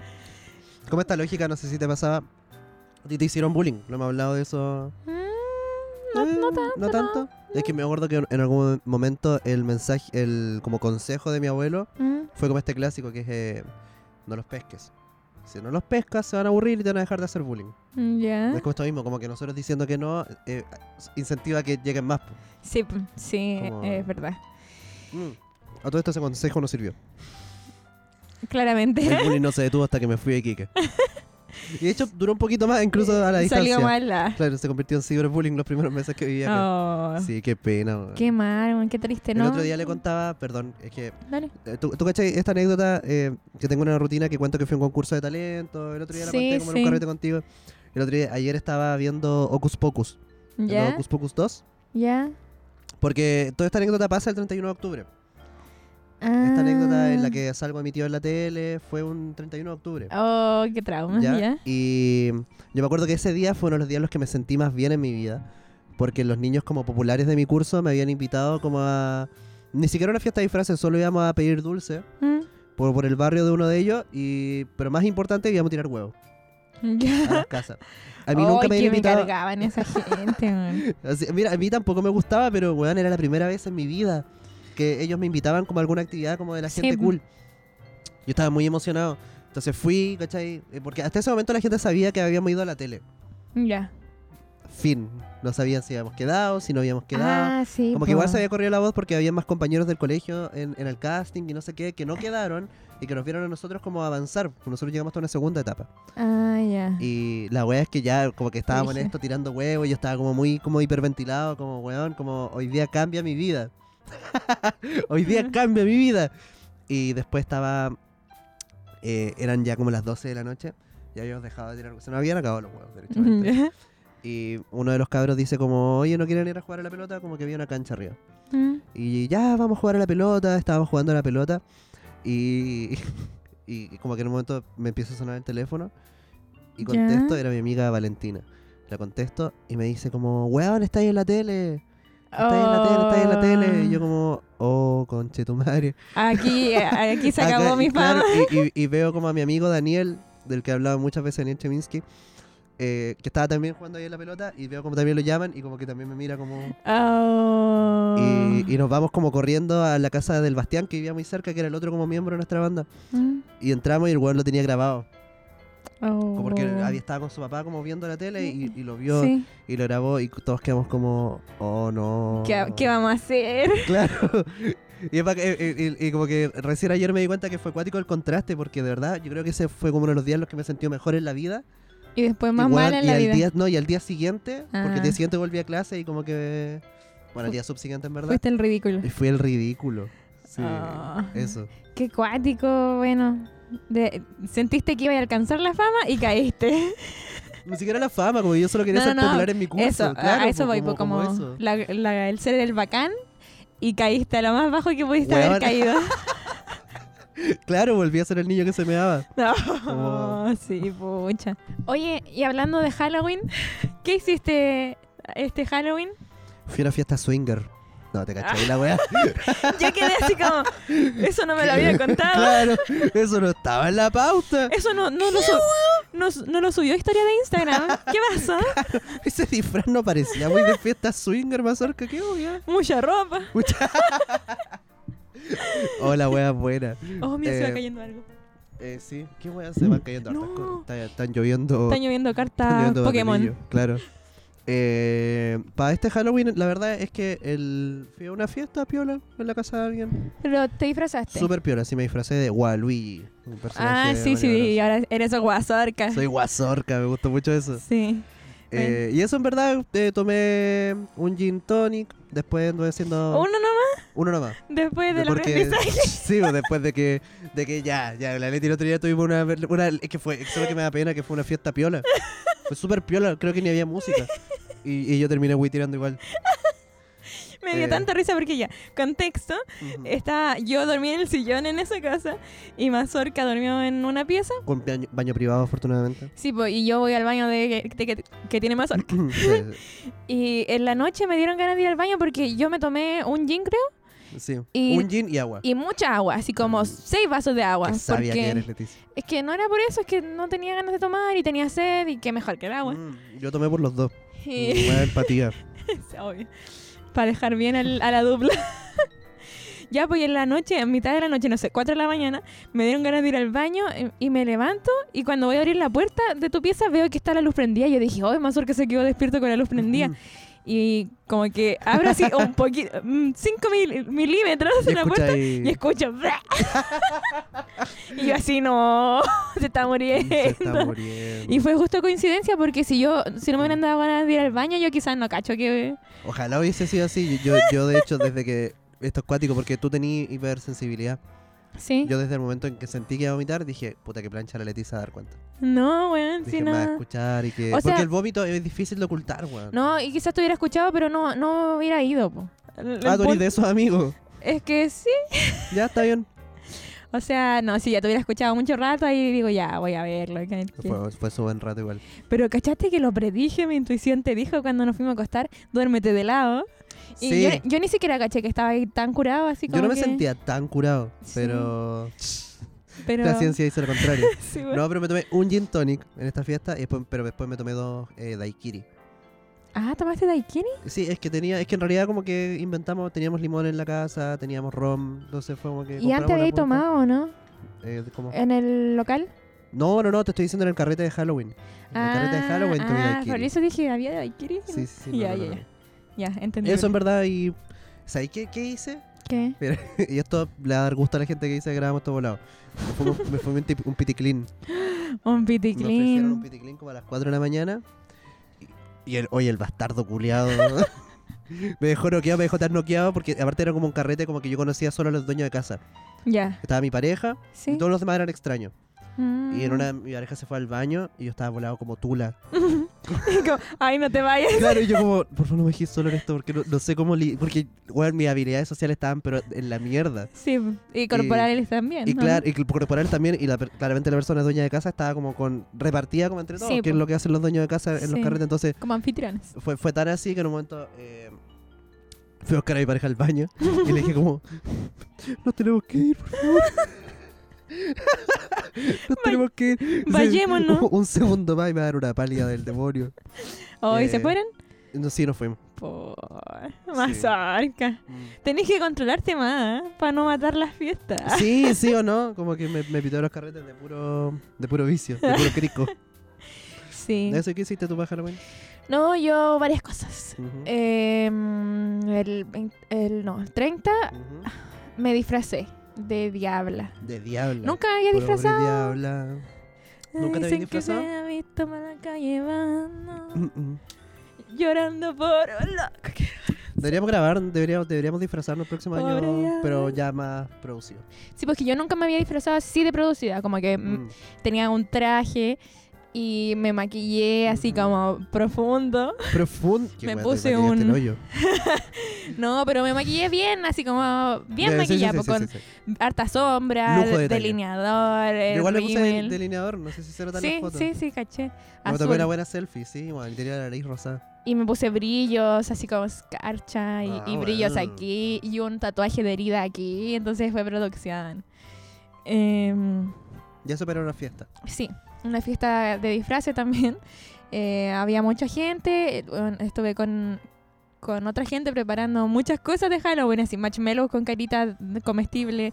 Speaker 2: como esta lógica, no sé si te pasaba. a ti Te hicieron bullying, no me hablado de eso.
Speaker 1: mm, no, no
Speaker 2: Eh,
Speaker 1: tanto.
Speaker 2: No tanto. Es que me acuerdo que en algún momento el mensaje, el como consejo de mi abuelo
Speaker 1: Mm,
Speaker 2: fue como este clásico que es eh, no los pesques. Si no los pescas se van a aburrir y te van a dejar de hacer bullying.
Speaker 1: mm, ya.
Speaker 2: Es como esto mismo, como que nosotros diciendo que no eh, incentiva que lleguen más. po.
Speaker 1: Sí, p- sí,
Speaker 2: Como-
Speaker 1: eh, es verdad.
Speaker 2: Mm. A todo esto ese consejo no sirvió.
Speaker 1: Claramente.
Speaker 2: El bullying no se detuvo hasta que me fui de Quique. Y de hecho duró un poquito más incluso a la distancia.
Speaker 1: Salió mal la.
Speaker 2: Claro, se convirtió en ciberbullying los primeros meses que vivía
Speaker 1: Oh,
Speaker 2: acá. Sí, qué pena. weón.
Speaker 1: Qué mal, weón, qué triste,
Speaker 2: El
Speaker 1: ¿no?
Speaker 2: otro día le contaba, perdón, es que
Speaker 1: Dale.
Speaker 2: Eh, ¿Tú, tú cachai esta anécdota? eh, que tengo una rutina que cuento que fui a un concurso de talento. El otro día la
Speaker 1: Sí,
Speaker 2: conté como en
Speaker 1: sí.
Speaker 2: un carrete contigo. El otro día, ayer estaba viendo Ocus Pocus. el nuevo
Speaker 1: ¿Ya?
Speaker 2: Ocus Pocus 2.
Speaker 1: ¿Ya?
Speaker 2: Porque toda esta anécdota pasa el 31 de octubre. Esta
Speaker 1: Ah.
Speaker 2: anécdota en la que salgo a mi tío en la tele fue un 31 de octubre.
Speaker 1: Ah. Oh, qué trauma.
Speaker 2: ¿ya?
Speaker 1: ¿Ya?
Speaker 2: Y yo me acuerdo que ese día fue uno de los días en los que me sentí más bien en mi vida. Porque los niños como populares de mi curso me habían invitado como a... Ni siquiera una fiesta de disfraces, solo íbamos a pedir dulce.
Speaker 1: Mm,
Speaker 2: por, por el barrio de uno de ellos, y, pero más importante, íbamos a tirar huevos
Speaker 1: ¿Ya?
Speaker 2: a las casas. A mí nunca me
Speaker 1: que
Speaker 2: habían invitado.
Speaker 1: cargaban esa gente, weón.
Speaker 2: Así- mira, a mí tampoco me gustaba, pero weón, era la primera vez en mi vida que ellos me invitaban como a alguna actividad como de la
Speaker 1: Sí,
Speaker 2: gente
Speaker 1: po.
Speaker 2: cool. Yo estaba muy emocionado. Entonces fui, ¿cachai? Eh, Porque hasta ese momento la gente sabía que habíamos ido a la tele.
Speaker 1: Ya.
Speaker 2: Fin. No sabían si habíamos quedado, si no habíamos quedado.
Speaker 1: Ah, sí.
Speaker 2: como que igual
Speaker 1: po.
Speaker 2: se había corrido la voz porque había más compañeros del colegio en, en el casting y no sé qué, que no quedaron y que nos vieron a nosotros como avanzar. Nosotros llegamos hasta una segunda etapa.
Speaker 1: Ah, ya.
Speaker 2: Y la weá es que ya como que estábamos en
Speaker 1: Brígido.
Speaker 2: esto tirando huevos, yo estaba como muy como hiperventilado, como weón, como hoy día cambia mi vida. hoy día
Speaker 1: Ujú.
Speaker 2: cambia mi vida. Y después estaba, eh, eran ya como las 12 de la noche Ya habíamos dejado de tirar. Se nos habían acabado los huevos, derechamente. Y uno de los cabros dice como, oye, ¿no quieren ir a jugar a la pelota? Como que había una cancha arriba. Y ya, vamos a jugar a la pelota, estábamos jugando a la pelota. Y, y como que en un momento me empieza a sonar el teléfono. Y
Speaker 1: Ya.
Speaker 2: contesto, era mi amiga Valentina. La contesto y me dice como, weón, estáis en la tele. Estáis en la tele, estáis en la tele.
Speaker 1: Oh.
Speaker 2: Y yo como, oh, conche tu madre.
Speaker 1: Aquí, eh, aquí se
Speaker 2: Acá,
Speaker 1: acabó mi
Speaker 2: y
Speaker 1: fama.
Speaker 2: claro, y, y- y veo como a mi amigo Daniel, del que hablaba muchas veces Daniel Cheminsky, eh, que estaba también jugando ahí en la pelota, y veo como también lo llaman y como que también me mira como...
Speaker 1: Oh.
Speaker 2: Y, y nos vamos como corriendo a la casa del Bastián, que vivía muy cerca, que era el otro como miembro de nuestra banda.
Speaker 1: Mm.
Speaker 2: Y entramos y el weón lo tenía grabado.
Speaker 1: Oh.
Speaker 2: Como porque había estaba con su papá como viendo la tele y, y lo vio
Speaker 1: Sí.
Speaker 2: y lo grabó y todos quedamos como, oh no.
Speaker 1: ¿Qué, qué vamos a hacer?
Speaker 2: Claro. Y, es bac- eh, eh, y- y como que recién ayer me di cuenta que fue acuático el contraste, porque de verdad yo creo que ese fue como uno de los días en los que me sentí mejor en la vida.
Speaker 1: Y después más
Speaker 2: y weón,
Speaker 1: mal en
Speaker 2: y
Speaker 1: la
Speaker 2: al
Speaker 1: vida.
Speaker 2: Día, no, y al día siguiente, porque
Speaker 1: Ah.
Speaker 2: el día siguiente volví a clase y como que... Bueno, el día subsiguiente en verdad.
Speaker 1: Fuiste el ridículo.
Speaker 2: Y fui el ridículo. Sí.
Speaker 1: Ah.
Speaker 2: Eso.
Speaker 1: Qué cuático, bueno. De- sentiste que iba a alcanzar la fama y caíste.
Speaker 2: Ni siquiera la fama, como yo solo quería
Speaker 1: No,
Speaker 2: ser
Speaker 1: no, no.
Speaker 2: popular en mi curso.
Speaker 1: eso, a-
Speaker 2: claro,
Speaker 1: a eso
Speaker 2: po,
Speaker 1: voy, po, como,
Speaker 2: eso.
Speaker 1: la- la- el ser el bacán y caíste a lo más bajo que pudiste haber
Speaker 2: Weón.
Speaker 1: caído.
Speaker 2: Claro, volví a ser el niño que se me daba.
Speaker 1: No,
Speaker 2: Como-
Speaker 1: sí, pucha. Oye, y hablando de Halloween, ¿qué hiciste este Halloween?
Speaker 2: Fui a una fiesta swinger. No, te cachai la weá.
Speaker 1: Yo quedé así como, eso no me lo había contado.
Speaker 2: claro, eso no estaba en la pauta.
Speaker 1: Eso no, no, lo, su- no, no lo subió a historia de Instagram. ¿Qué pasó?
Speaker 2: Ese disfraz no parecía muy de fiesta swinger, mazorca, qué obvia.
Speaker 1: Mucha ropa.
Speaker 2: Hola, wea buena.
Speaker 1: Oh, mira, se va
Speaker 2: Eh,
Speaker 1: cayendo algo.
Speaker 2: Eh, sí, qué wea se van cayendo hartas
Speaker 1: No.
Speaker 2: cosas. Está- Están lloviendo.
Speaker 1: Están lloviendo
Speaker 2: están
Speaker 1: cartas
Speaker 2: lloviendo
Speaker 1: Pokémon.
Speaker 2: barrillos, Claro. para este Halloween, la verdad es que el, fui a una fiesta piola en la casa de alguien.
Speaker 1: Pero te disfrazaste.
Speaker 2: Súper piola, así me disfracé de Waluigi. un
Speaker 1: ah,
Speaker 2: personaje
Speaker 1: sí, sí,
Speaker 2: maneroso.
Speaker 1: ahora eres guasorca.
Speaker 2: Soy guasorca, me gustó mucho eso.
Speaker 1: Sí.
Speaker 2: Eh, y eso en verdad, eh, tomé un gin tonic, después anduve haciendo
Speaker 1: Uno nomás
Speaker 2: uno nomás.
Speaker 1: después
Speaker 2: Oh. De
Speaker 1: del aprendizaje.
Speaker 2: sí, o después de que, de que ya, ya, la Leti el otro día tuvimos una, una- es que fue, eso es lo que me da pena, que fue una fiesta piola. Fue súper piola, creo que ni había música. Y, y yo terminé tirando igual.
Speaker 1: Me dio
Speaker 2: Eh.
Speaker 1: tanta risa porque ya, contexto,
Speaker 2: Ujú.
Speaker 1: estaba, yo dormí en el sillón en esa casa y Mazorca durmió en una pieza.
Speaker 2: Con baño, baño privado, afortunadamente.
Speaker 1: Sí, po, y yo voy al baño de, de- que, que tiene Mazorca.
Speaker 2: sí,
Speaker 1: Y en la noche me dieron ganas de ir al baño porque yo me tomé un gin, creo,
Speaker 2: sí.
Speaker 1: Y-
Speaker 2: un gin y agua.
Speaker 1: y mucha agua, así como seis vasos de agua.
Speaker 2: Qué sabia
Speaker 1: porque
Speaker 2: que eres, Leticia.
Speaker 1: Es que no era por eso, es que no tenía ganas de tomar y tenía sed y qué mejor que el agua.
Speaker 2: Mm, yo tomé por los dos.
Speaker 1: Y-
Speaker 2: Buena empatía.
Speaker 1: Para dejar bien al- a la dupla. ya, pues y en la noche, en mitad de la noche, no sé, 4 de la mañana, me dieron ganas de ir al baño eh, y me levanto y cuando voy a abrir la puerta de tu pieza veo que está la luz prendida. Yo dije, oh, Mazur que se quedó despierto con la luz prendida.
Speaker 2: Mm.
Speaker 1: Y como que abro así un poquito, 5 milímetros
Speaker 2: Y
Speaker 1: de la puerta
Speaker 2: escucha
Speaker 1: y
Speaker 2: ahí.
Speaker 1: escucho. "Bra". y yo así, no, se está muriendo.
Speaker 2: Se está muriendo.
Speaker 1: Y fue justo coincidencia porque si yo, si no me hubieran dado ganas de ir al baño, yo quizás no cacho que...
Speaker 2: Ojalá hubiese sido así. Yo, yo- yo, de hecho, desde que. Esto es cuático porque tú tenías hipersensibilidad.
Speaker 1: Sí.
Speaker 2: Yo desde el momento en que sentí que iba a vomitar, dije, puta que plancha la Leticia a dar cuenta.
Speaker 1: No, weón,
Speaker 2: Dije,
Speaker 1: si
Speaker 2: me va a
Speaker 1: no...
Speaker 2: escuchar y que...
Speaker 1: O sea-
Speaker 2: Porque el vómito es difícil de ocultar, weón.
Speaker 1: No, y quizás te hubiera escuchado, pero no, no hubiera ido, po. El- el
Speaker 2: ah, tú eres
Speaker 1: punto
Speaker 2: de esos amigos.
Speaker 1: Es que sí.
Speaker 2: Ya, está bien.
Speaker 1: O sea, no, si ya te hubiera escuchado mucho rato, ahí digo, ya, voy a verlo. que- que-
Speaker 2: Fue, fue su buen rato igual.
Speaker 1: Pero cachaste que lo predije, mi intuición te dijo cuando nos fuimos a acostar, duérmete de lado. Y
Speaker 2: Sí.
Speaker 1: yo, yo ni siquiera caché que estaba ahí tan curado, así como
Speaker 2: Yo no me
Speaker 1: que-
Speaker 2: sentía tan curado,
Speaker 1: Sí.
Speaker 2: pero...
Speaker 1: pero...
Speaker 2: La ciencia dice lo contrario.
Speaker 1: Sí, weón.
Speaker 2: No, pero me tomé un gin tonic en esta fiesta, y después- pero después me tomé dos eh, daiquiri.
Speaker 1: Ah, ¿tomaste daiquiri?
Speaker 2: Sí, es que tenía, es que en realidad como que inventamos, teníamos limón en la casa, teníamos rom, entonces fue como que...
Speaker 1: Y
Speaker 2: compramos
Speaker 1: antes
Speaker 2: una
Speaker 1: había
Speaker 2: punta.
Speaker 1: tomado, ¿no?
Speaker 2: Eh, ¿cómo?
Speaker 1: En el local.
Speaker 2: No, no, no, te estoy diciendo en el carrete de Halloween. En el carrete de Halloween tomé
Speaker 1: Ah,
Speaker 2: daiquiri.
Speaker 1: por eso dije, había daiquiri.
Speaker 2: Sí, sí, sí, no,
Speaker 1: Ya,
Speaker 2: no, no,
Speaker 1: ya,
Speaker 2: no.
Speaker 1: ya. Ya, entendí.
Speaker 2: Eso en verdad y... ¿Sabes qué, qué hice?
Speaker 1: ¿Qué?
Speaker 2: y esto le va a dar gusto a la gente que dice que grabamos todo volado. Me fumé, un- me fumé un, tip- un piticlín.
Speaker 1: Un
Speaker 2: Me ofrecieron un
Speaker 1: piticlín.
Speaker 2: piticlín como a las 4 de la mañana. Y, y el, oye, el bastardo culiado. me dejó noqueado, me dejó tan noqueado porque aparte era como un carrete como que yo conocía solo a los dueños de casa.
Speaker 1: Ya,
Speaker 2: Estaba mi pareja
Speaker 1: sí. Mm.
Speaker 2: y todos los demás eran extraños. Y en una de mi pareja se fue al baño y yo estaba volado como tula.
Speaker 1: Como, Ay, no te vayas.
Speaker 2: Claro, y yo como, por favor no me dejes solo en esto porque no, no sé cómo... li- porque, bueno, mis habilidades sociales estaban pero en la mierda.
Speaker 1: Sí, y corporales también.
Speaker 2: Y
Speaker 1: ¿no?
Speaker 2: claro, y corporal también, y la per- claramente la persona dueña de casa estaba como con repartida como entre todos,
Speaker 1: Sí,
Speaker 2: que es
Speaker 1: po.
Speaker 2: lo que hacen los dueños de casa en
Speaker 1: Sí.
Speaker 2: los carretes. Entonces,
Speaker 1: Como anfitriones.
Speaker 2: fue, fue tan así que en un momento eh, fui a buscar a mi pareja al baño y le dije como, nos tenemos que ir, por favor. Nos tenemos que ir.
Speaker 1: vayémonos.
Speaker 2: Un, un segundo más y me va a dar una pálida del demonio.
Speaker 1: Hoy se
Speaker 2: Eh,
Speaker 1: fueron
Speaker 2: No, sí, nos fuimos.
Speaker 1: por más
Speaker 2: Sí.
Speaker 1: arca. Tenés que controlarte más ¿eh? para no matar las fiestas.
Speaker 2: Sí, sí o no, como que me, me pitó los carretes de puro, de puro vicio, de puro crico.
Speaker 1: Sí. Eh,
Speaker 2: ¿Eso qué hiciste tú para Halloween?
Speaker 1: No, yo varias cosas.
Speaker 2: Ujú,
Speaker 1: Eh, el, 20 el- no, el 30
Speaker 2: ujú.
Speaker 1: me disfracé de diabla.
Speaker 2: De diabla.
Speaker 1: Nunca había
Speaker 2: Pobre
Speaker 1: disfrazado.
Speaker 2: diabla. ¿Nunca te habías
Speaker 1: Dicen
Speaker 2: disfrazado?
Speaker 1: que me ha visto por la calle vano,
Speaker 2: Mm, mm.
Speaker 1: llorando por un loco que-
Speaker 2: Deberíamos grabar, deberíamos, deberíamos disfrazarnos el próximo
Speaker 1: Pobre
Speaker 2: año,
Speaker 1: diabla.
Speaker 2: pero ya más producido.
Speaker 1: Sí, porque yo nunca me había disfrazado así de producida, como que mm,
Speaker 2: Mm.
Speaker 1: tenía un traje y me maquillé así
Speaker 2: Ujú.
Speaker 1: como profundo.
Speaker 2: Profundo. Qué
Speaker 1: Me
Speaker 2: wea,
Speaker 1: puse
Speaker 2: te maquillaste el
Speaker 1: un-
Speaker 2: hoyo.
Speaker 1: No, pero me maquillé bien, así como bien
Speaker 2: Ya, sí, sí,
Speaker 1: maquillada,
Speaker 2: sí,
Speaker 1: po,
Speaker 2: sí,
Speaker 1: con
Speaker 2: sí, sí.
Speaker 1: harta sombra,
Speaker 2: Lujo de
Speaker 1: de-
Speaker 2: detalle.
Speaker 1: delineador,
Speaker 2: Yo
Speaker 1: el
Speaker 2: Igual le puse
Speaker 1: rímel.
Speaker 2: del- delineador, no sé si se notan las
Speaker 1: Sí,
Speaker 2: fotos.
Speaker 1: sí, sí, caché.
Speaker 2: Me tomé
Speaker 1: Azul.
Speaker 2: una buena selfie, sí, bueno, tenía la nariz rosada.
Speaker 1: Y me puse brillos, así como escarcha y,
Speaker 2: Ah,
Speaker 1: y brillos
Speaker 2: bueno.
Speaker 1: aquí y un tatuaje de herida aquí. Entonces fue producción. Em,
Speaker 2: Ya superó una fiesta.
Speaker 1: sí, una fiesta de disfraces también. Eh, había mucha gente. eh, bueno, Estuve con, con otra gente preparando muchas cosas de Halloween, así marshmallows con carita comestible.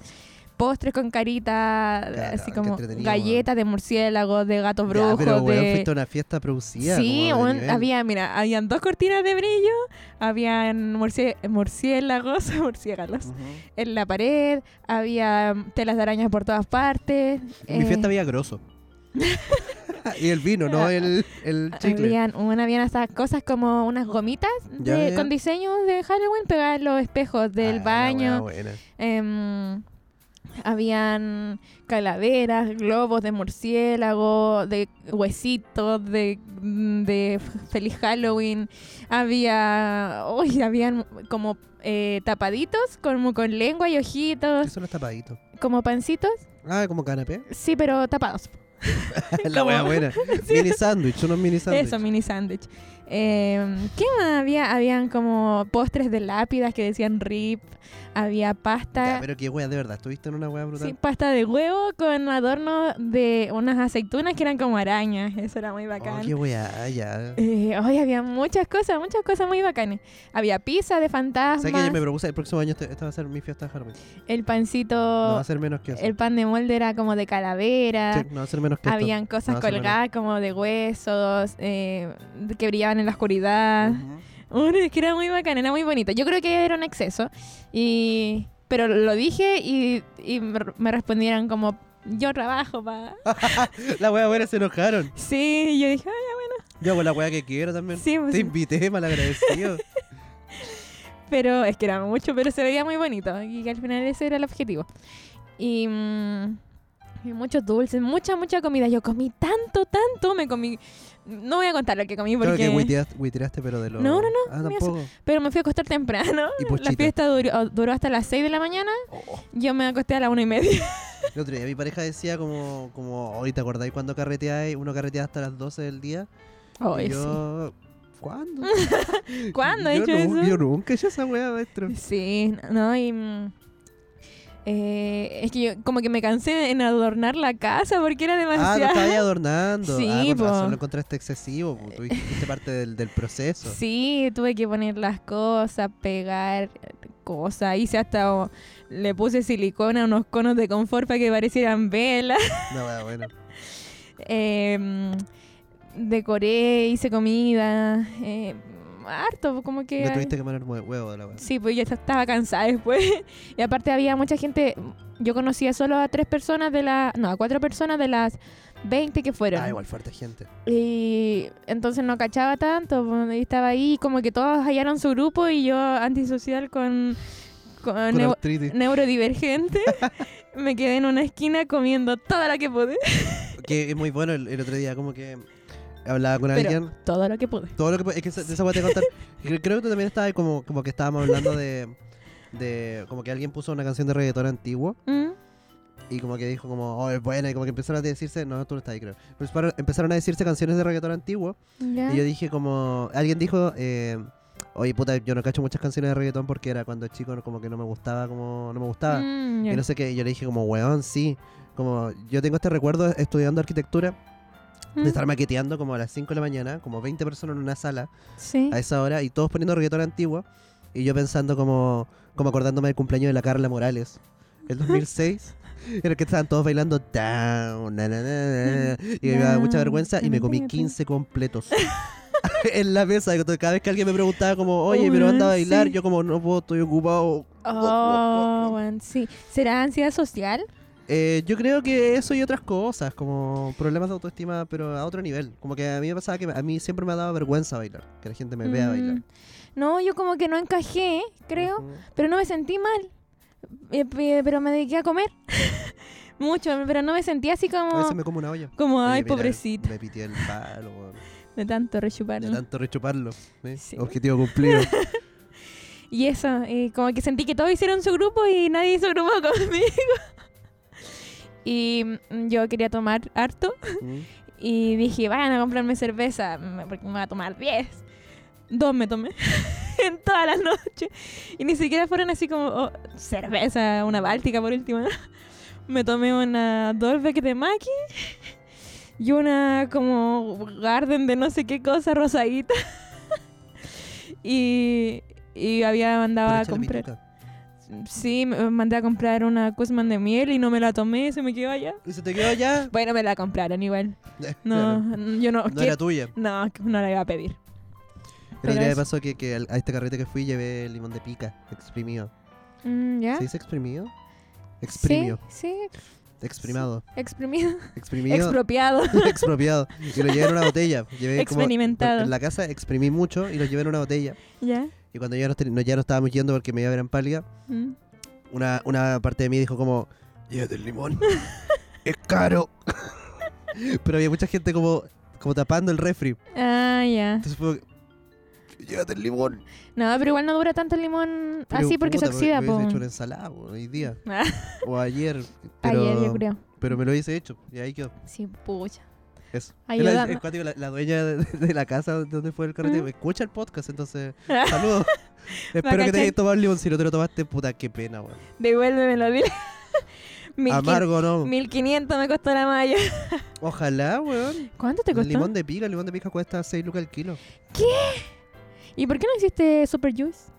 Speaker 1: Postres con carita,
Speaker 2: Claro,
Speaker 1: así
Speaker 2: qué
Speaker 1: como
Speaker 2: entretenido,
Speaker 1: galletas de murciélagos, de gatos brujos,
Speaker 2: ya, pero weón,
Speaker 1: de...
Speaker 2: fuiste a una fiesta producida.
Speaker 1: Sí,
Speaker 2: como de
Speaker 1: un-
Speaker 2: nivel.
Speaker 1: había, mira, habían dos cortinas de brillo, habían murci- murciélagos, murciélagos
Speaker 2: Ujú.
Speaker 1: en la pared, había mm, telas de arañas por todas partes.
Speaker 2: Mi
Speaker 1: eh,
Speaker 2: fiesta había grosso. y el vino, no el, el chicle.
Speaker 1: habían, una- habían hasta cosas como unas gomitas
Speaker 2: Ya,
Speaker 1: de-
Speaker 2: ya.
Speaker 1: con diseños de Halloween pegadas en los espejos del
Speaker 2: Ah, la
Speaker 1: baño.
Speaker 2: wea buena.
Speaker 1: em, habían calaveras, globos de murciélago, de huesitos, de, de feliz Halloween. Había, uy, habían como eh, tapaditos, como con lengua y
Speaker 2: ¿Qué
Speaker 1: ojitos,
Speaker 2: son los tapaditos?
Speaker 1: como pancitos,
Speaker 2: Ah, como canapé.
Speaker 1: sí, pero tapados.
Speaker 2: la
Speaker 1: Como-
Speaker 2: wea buena. Mini sándwich, unos mini sándwich.
Speaker 1: Eso, mini sándwich. Em, ¿Qué más había? Habían como postres de lápidas que decían rip, había pasta.
Speaker 2: Ya, pero qué wea, de verdad. Estuviste en una wea brutal.
Speaker 1: Sí, pasta de huevo con adorno de unas aceitunas que eran como arañas. Eso era muy
Speaker 2: oh,
Speaker 1: bacán.
Speaker 2: qué wea, ya.
Speaker 1: Eh, ay, había muchas cosas, muchas cosas muy bacanas. Había pizza de fantasmas,
Speaker 2: ¿Sabes que yo me propuse el próximo año? este- Esta va a ser mi fiesta de Halloween.
Speaker 1: el pancito,
Speaker 2: No va a ser menos que eso.
Speaker 1: Oh, el pan de molde era como de calavera.
Speaker 2: Sí, no va a ser menos que esto.
Speaker 1: Habían cosas
Speaker 2: No, eso me lo-
Speaker 1: colgadas como de huesos, eh, que brillaban en la oscuridad.
Speaker 2: Ujú.
Speaker 1: Uy, es que era muy bacana, era muy bonita. Yo creo que era un exceso. Y... Pero lo dije y, y me me respondieron como, yo trabajo para...
Speaker 2: La wea buena se enojaron.
Speaker 1: Sí, yo dije, "Ay,
Speaker 2: Yo hago la wea que quiero también.
Speaker 1: sí, pues
Speaker 2: Te
Speaker 1: sí".
Speaker 2: invité, malagradecido.
Speaker 1: pero es que era mucho, pero se veía muy bonito y que al final ese era el objetivo. Y, mm, y muchos dulces, mucha, mucha comida. Yo comí tanto, tanto, me comí... No voy a contar lo que comí
Speaker 2: Claro que
Speaker 1: porque...
Speaker 2: huiteaste- huiteaste, pero de lo.
Speaker 1: No, no,
Speaker 2: Ah,
Speaker 1: mira,
Speaker 2: tampoco.
Speaker 1: Pero me fui a acostar temprano.
Speaker 2: Y
Speaker 1: La
Speaker 2: pochita.
Speaker 1: fiesta duró, duró hasta las 6 de la mañana.
Speaker 2: Oh.
Speaker 1: Yo me acosté a las 1 y media.
Speaker 2: El otro día mi pareja decía como, como, hoy te acordáis cuando carreteáis, uno carretea hasta las 12 del día.
Speaker 1: Ay,
Speaker 2: y yo, ¿cuándo?
Speaker 1: sí. ¿Cuándo he
Speaker 2: Yo
Speaker 1: hecho
Speaker 2: nu-
Speaker 1: eso?
Speaker 2: Yo nunca he hecho esa weá, maestro. Ah,
Speaker 1: Sí, no, y... mm, eh, es que yo como que me cansé en adornar la casa porque era
Speaker 2: Ah,
Speaker 1: demasiado...
Speaker 2: lo estaba ahí adornando.
Speaker 1: Sí,
Speaker 2: ah, con razón
Speaker 1: po.
Speaker 2: lo encontraste excesivo. po. Tuviste fuiste parte del, del proceso.
Speaker 1: Sí, tuve que poner las cosas, pegar cosas. Hice hasta. o- le puse silicona a unos conos de confort para que parecieran velas.
Speaker 2: Una weá buena.
Speaker 1: Em, decoré, hice comida. eh, harto, como que.
Speaker 2: Le tuviste que poner mue- huevo de la weá.
Speaker 1: Sí, pues ya estaba cansada después. Y aparte había mucha gente. Yo conocía solo a tres personas de las. No, a cuatro personas de las 20 que fueron.
Speaker 2: Ah, igual fuerte gente.
Speaker 1: Y entonces no cachaba tanto, po, y estaba ahí como que todos hallaron su grupo y yo antisocial con, con
Speaker 2: Con
Speaker 1: neu-
Speaker 2: artritis.
Speaker 1: neurodivergente. me quedé en una esquina comiendo toda la que pude.
Speaker 2: Que es muy bueno el, el otro día, como que hablaba con
Speaker 1: Pero-
Speaker 2: alguien.
Speaker 1: Todo lo que pude.
Speaker 2: Todo lo que. Es que esa- de esa weá te voy a contar. Cre- Creo que tú también estabas ahí como, como que estábamos hablando de. De, como que alguien puso una canción de reggaetón antiguo
Speaker 1: Mm.
Speaker 2: y como que dijo como, oh, es buena, y como que empezaron a decirse, no, tú no estás ahí creo, Pero empezaron- empezaron a decirse canciones de reggaetón antiguo
Speaker 1: Ya.
Speaker 2: Y yo dije como, alguien dijo, eh, oye puta, yo no cacho muchas canciones de reggaetón porque era cuando chico no- como que no me gustaba, como no me gustaba.
Speaker 1: Mm, ya.
Speaker 2: Y "Ah, no sé qué, y yo le dije como, weón, sí. Como yo tengo este recuerdo estudiando arquitectura,
Speaker 1: Mm.
Speaker 2: de estar maqueteando como a las 5 de la mañana, como 20 personas en una sala
Speaker 1: Sí.
Speaker 2: a esa hora, y todos poniendo reggaetón antiguo, y yo pensando como, como acordándome del cumpleaños de la Carla Morales, el 2006. En el que estaban todos bailando down, na, na, na, na, y me daba mucha
Speaker 1: Down,
Speaker 2: vergüenza y me comí
Speaker 1: espérate.
Speaker 2: 15 completos en la mesa. y Cada vez que alguien me preguntaba como, oye, pero anda a
Speaker 1: Uy,
Speaker 2: bailar,
Speaker 1: sí.
Speaker 2: yo como, no puedo, estoy ocupado.
Speaker 1: Oh, bueno, sí. ¿Será ansiedad social?
Speaker 2: Eh, yo creo que eso y otras cosas, como problemas de autoestima, pero a otro nivel. Como que a mí me pasaba que a mí siempre me ha dado vergüenza bailar, que la gente me vea bailar.
Speaker 1: Mm. No, yo como que no encajé, creo,
Speaker 2: Ujú.
Speaker 1: pero no me sentí mal. Eh, pe- Pero me dediqué a comer. Mucho, pero no me sentí así
Speaker 2: A
Speaker 1: como,
Speaker 2: veces me como una olla.
Speaker 1: como
Speaker 2: Oye,
Speaker 1: ay,
Speaker 2: mira,
Speaker 1: pobrecita,
Speaker 2: Me pité el palo, weón,
Speaker 1: de tanto rechupar.
Speaker 2: de
Speaker 1: ¿no?
Speaker 2: tanto rechuparlo. ¿eh?
Speaker 1: Sí.
Speaker 2: Objetivo cumplido.
Speaker 1: Y eso, eh, como que sentí que todos hicieron su grupo y nadie hizo grupo conmigo. Y mm, yo quería tomar harto
Speaker 2: Mm.
Speaker 1: y dije, vayan a comprarme cerveza, mm, porque me voy a tomar 10. Dos me tomé en toda la noche. Y ni siquiera fueron así como oh, cerveza, una báltica por último. ¿no? Me tomé una Dolbeck de Maki y una como Garden de no sé qué cosa rosadita. y, y había mandado
Speaker 2: Pura
Speaker 1: a
Speaker 2: chela
Speaker 1: comprar.
Speaker 2: pituca.
Speaker 1: Sí, me mandé a comprar una Guzmán de miel y no me la tomé, se me quedó allá.
Speaker 2: ¿Y se te quedó ya?
Speaker 1: Bueno, me la compraron igual.
Speaker 2: Eh,
Speaker 1: No,
Speaker 2: claro,
Speaker 1: yo no.
Speaker 2: No
Speaker 1: ¿qué?
Speaker 2: era tuya.
Speaker 1: No, que no la iba a pedir.
Speaker 2: El
Speaker 1: Pero
Speaker 2: otro día me
Speaker 1: es-
Speaker 2: pasó que, que al- a este carrete que fui llevé limón de pica, exprimido.
Speaker 1: Mm, ¿Ya?
Speaker 2: ¿Se dice exprimido? Exprimido.
Speaker 1: ¿Ah? Sí,
Speaker 2: Exprimado.
Speaker 1: exprimido.
Speaker 2: Exprimido.
Speaker 1: Expropiado.
Speaker 2: expropiado. Y lo llevé en una botella. Llevé como-
Speaker 1: Experimentado.
Speaker 2: en la casa exprimí mucho y lo llevé en una botella.
Speaker 1: ¿Ya?
Speaker 2: Y cuando ya nos, ten- no- ya nos estábamos yendo porque me iba a ver en pálida,
Speaker 1: Mm.
Speaker 2: una, una parte de mí dijo como, llévate el limón. es caro. Pero había mucha gente como, como tapando el refri.
Speaker 1: Ah, ya.
Speaker 2: Entonces fue, llévate el limón.
Speaker 1: No, pero igual no dura tanto el limón
Speaker 2: Pero,
Speaker 1: así Ah, porque se
Speaker 2: puta, me-
Speaker 1: oxida,
Speaker 2: Me hubiese
Speaker 1: po.
Speaker 2: hecho una ensalada po, hoy día.
Speaker 1: Ah,
Speaker 2: O ayer. Pero,
Speaker 1: Ayer, yo creo.
Speaker 2: Pero me lo hubiese hecho. Y ahí quedó.
Speaker 1: Sí, pucha.
Speaker 2: Eso.
Speaker 1: Ay,
Speaker 2: Es la,
Speaker 1: ayúdame.
Speaker 2: es eh, cuático, la- la dueña de, de la casa donde fue el carrete
Speaker 1: ¿Mm?
Speaker 2: escucha el podcast, entonces. Saludos. Espero que
Speaker 1: Bacachán.
Speaker 2: te hayas tomado el limón. Si no te lo tomaste, puta, qué pena, weón.
Speaker 1: Devuélvemelo, dile. Mil quin-
Speaker 2: Amargo, ¿no?
Speaker 1: 1500 me costó la malla.
Speaker 2: Ojalá, weón.
Speaker 1: ¿Cuánto te
Speaker 2: El
Speaker 1: costó?
Speaker 2: limón de pica, el limón de pica cuesta 6 lucas el kilo.
Speaker 1: ¿Y por qué no hiciste Super Juice?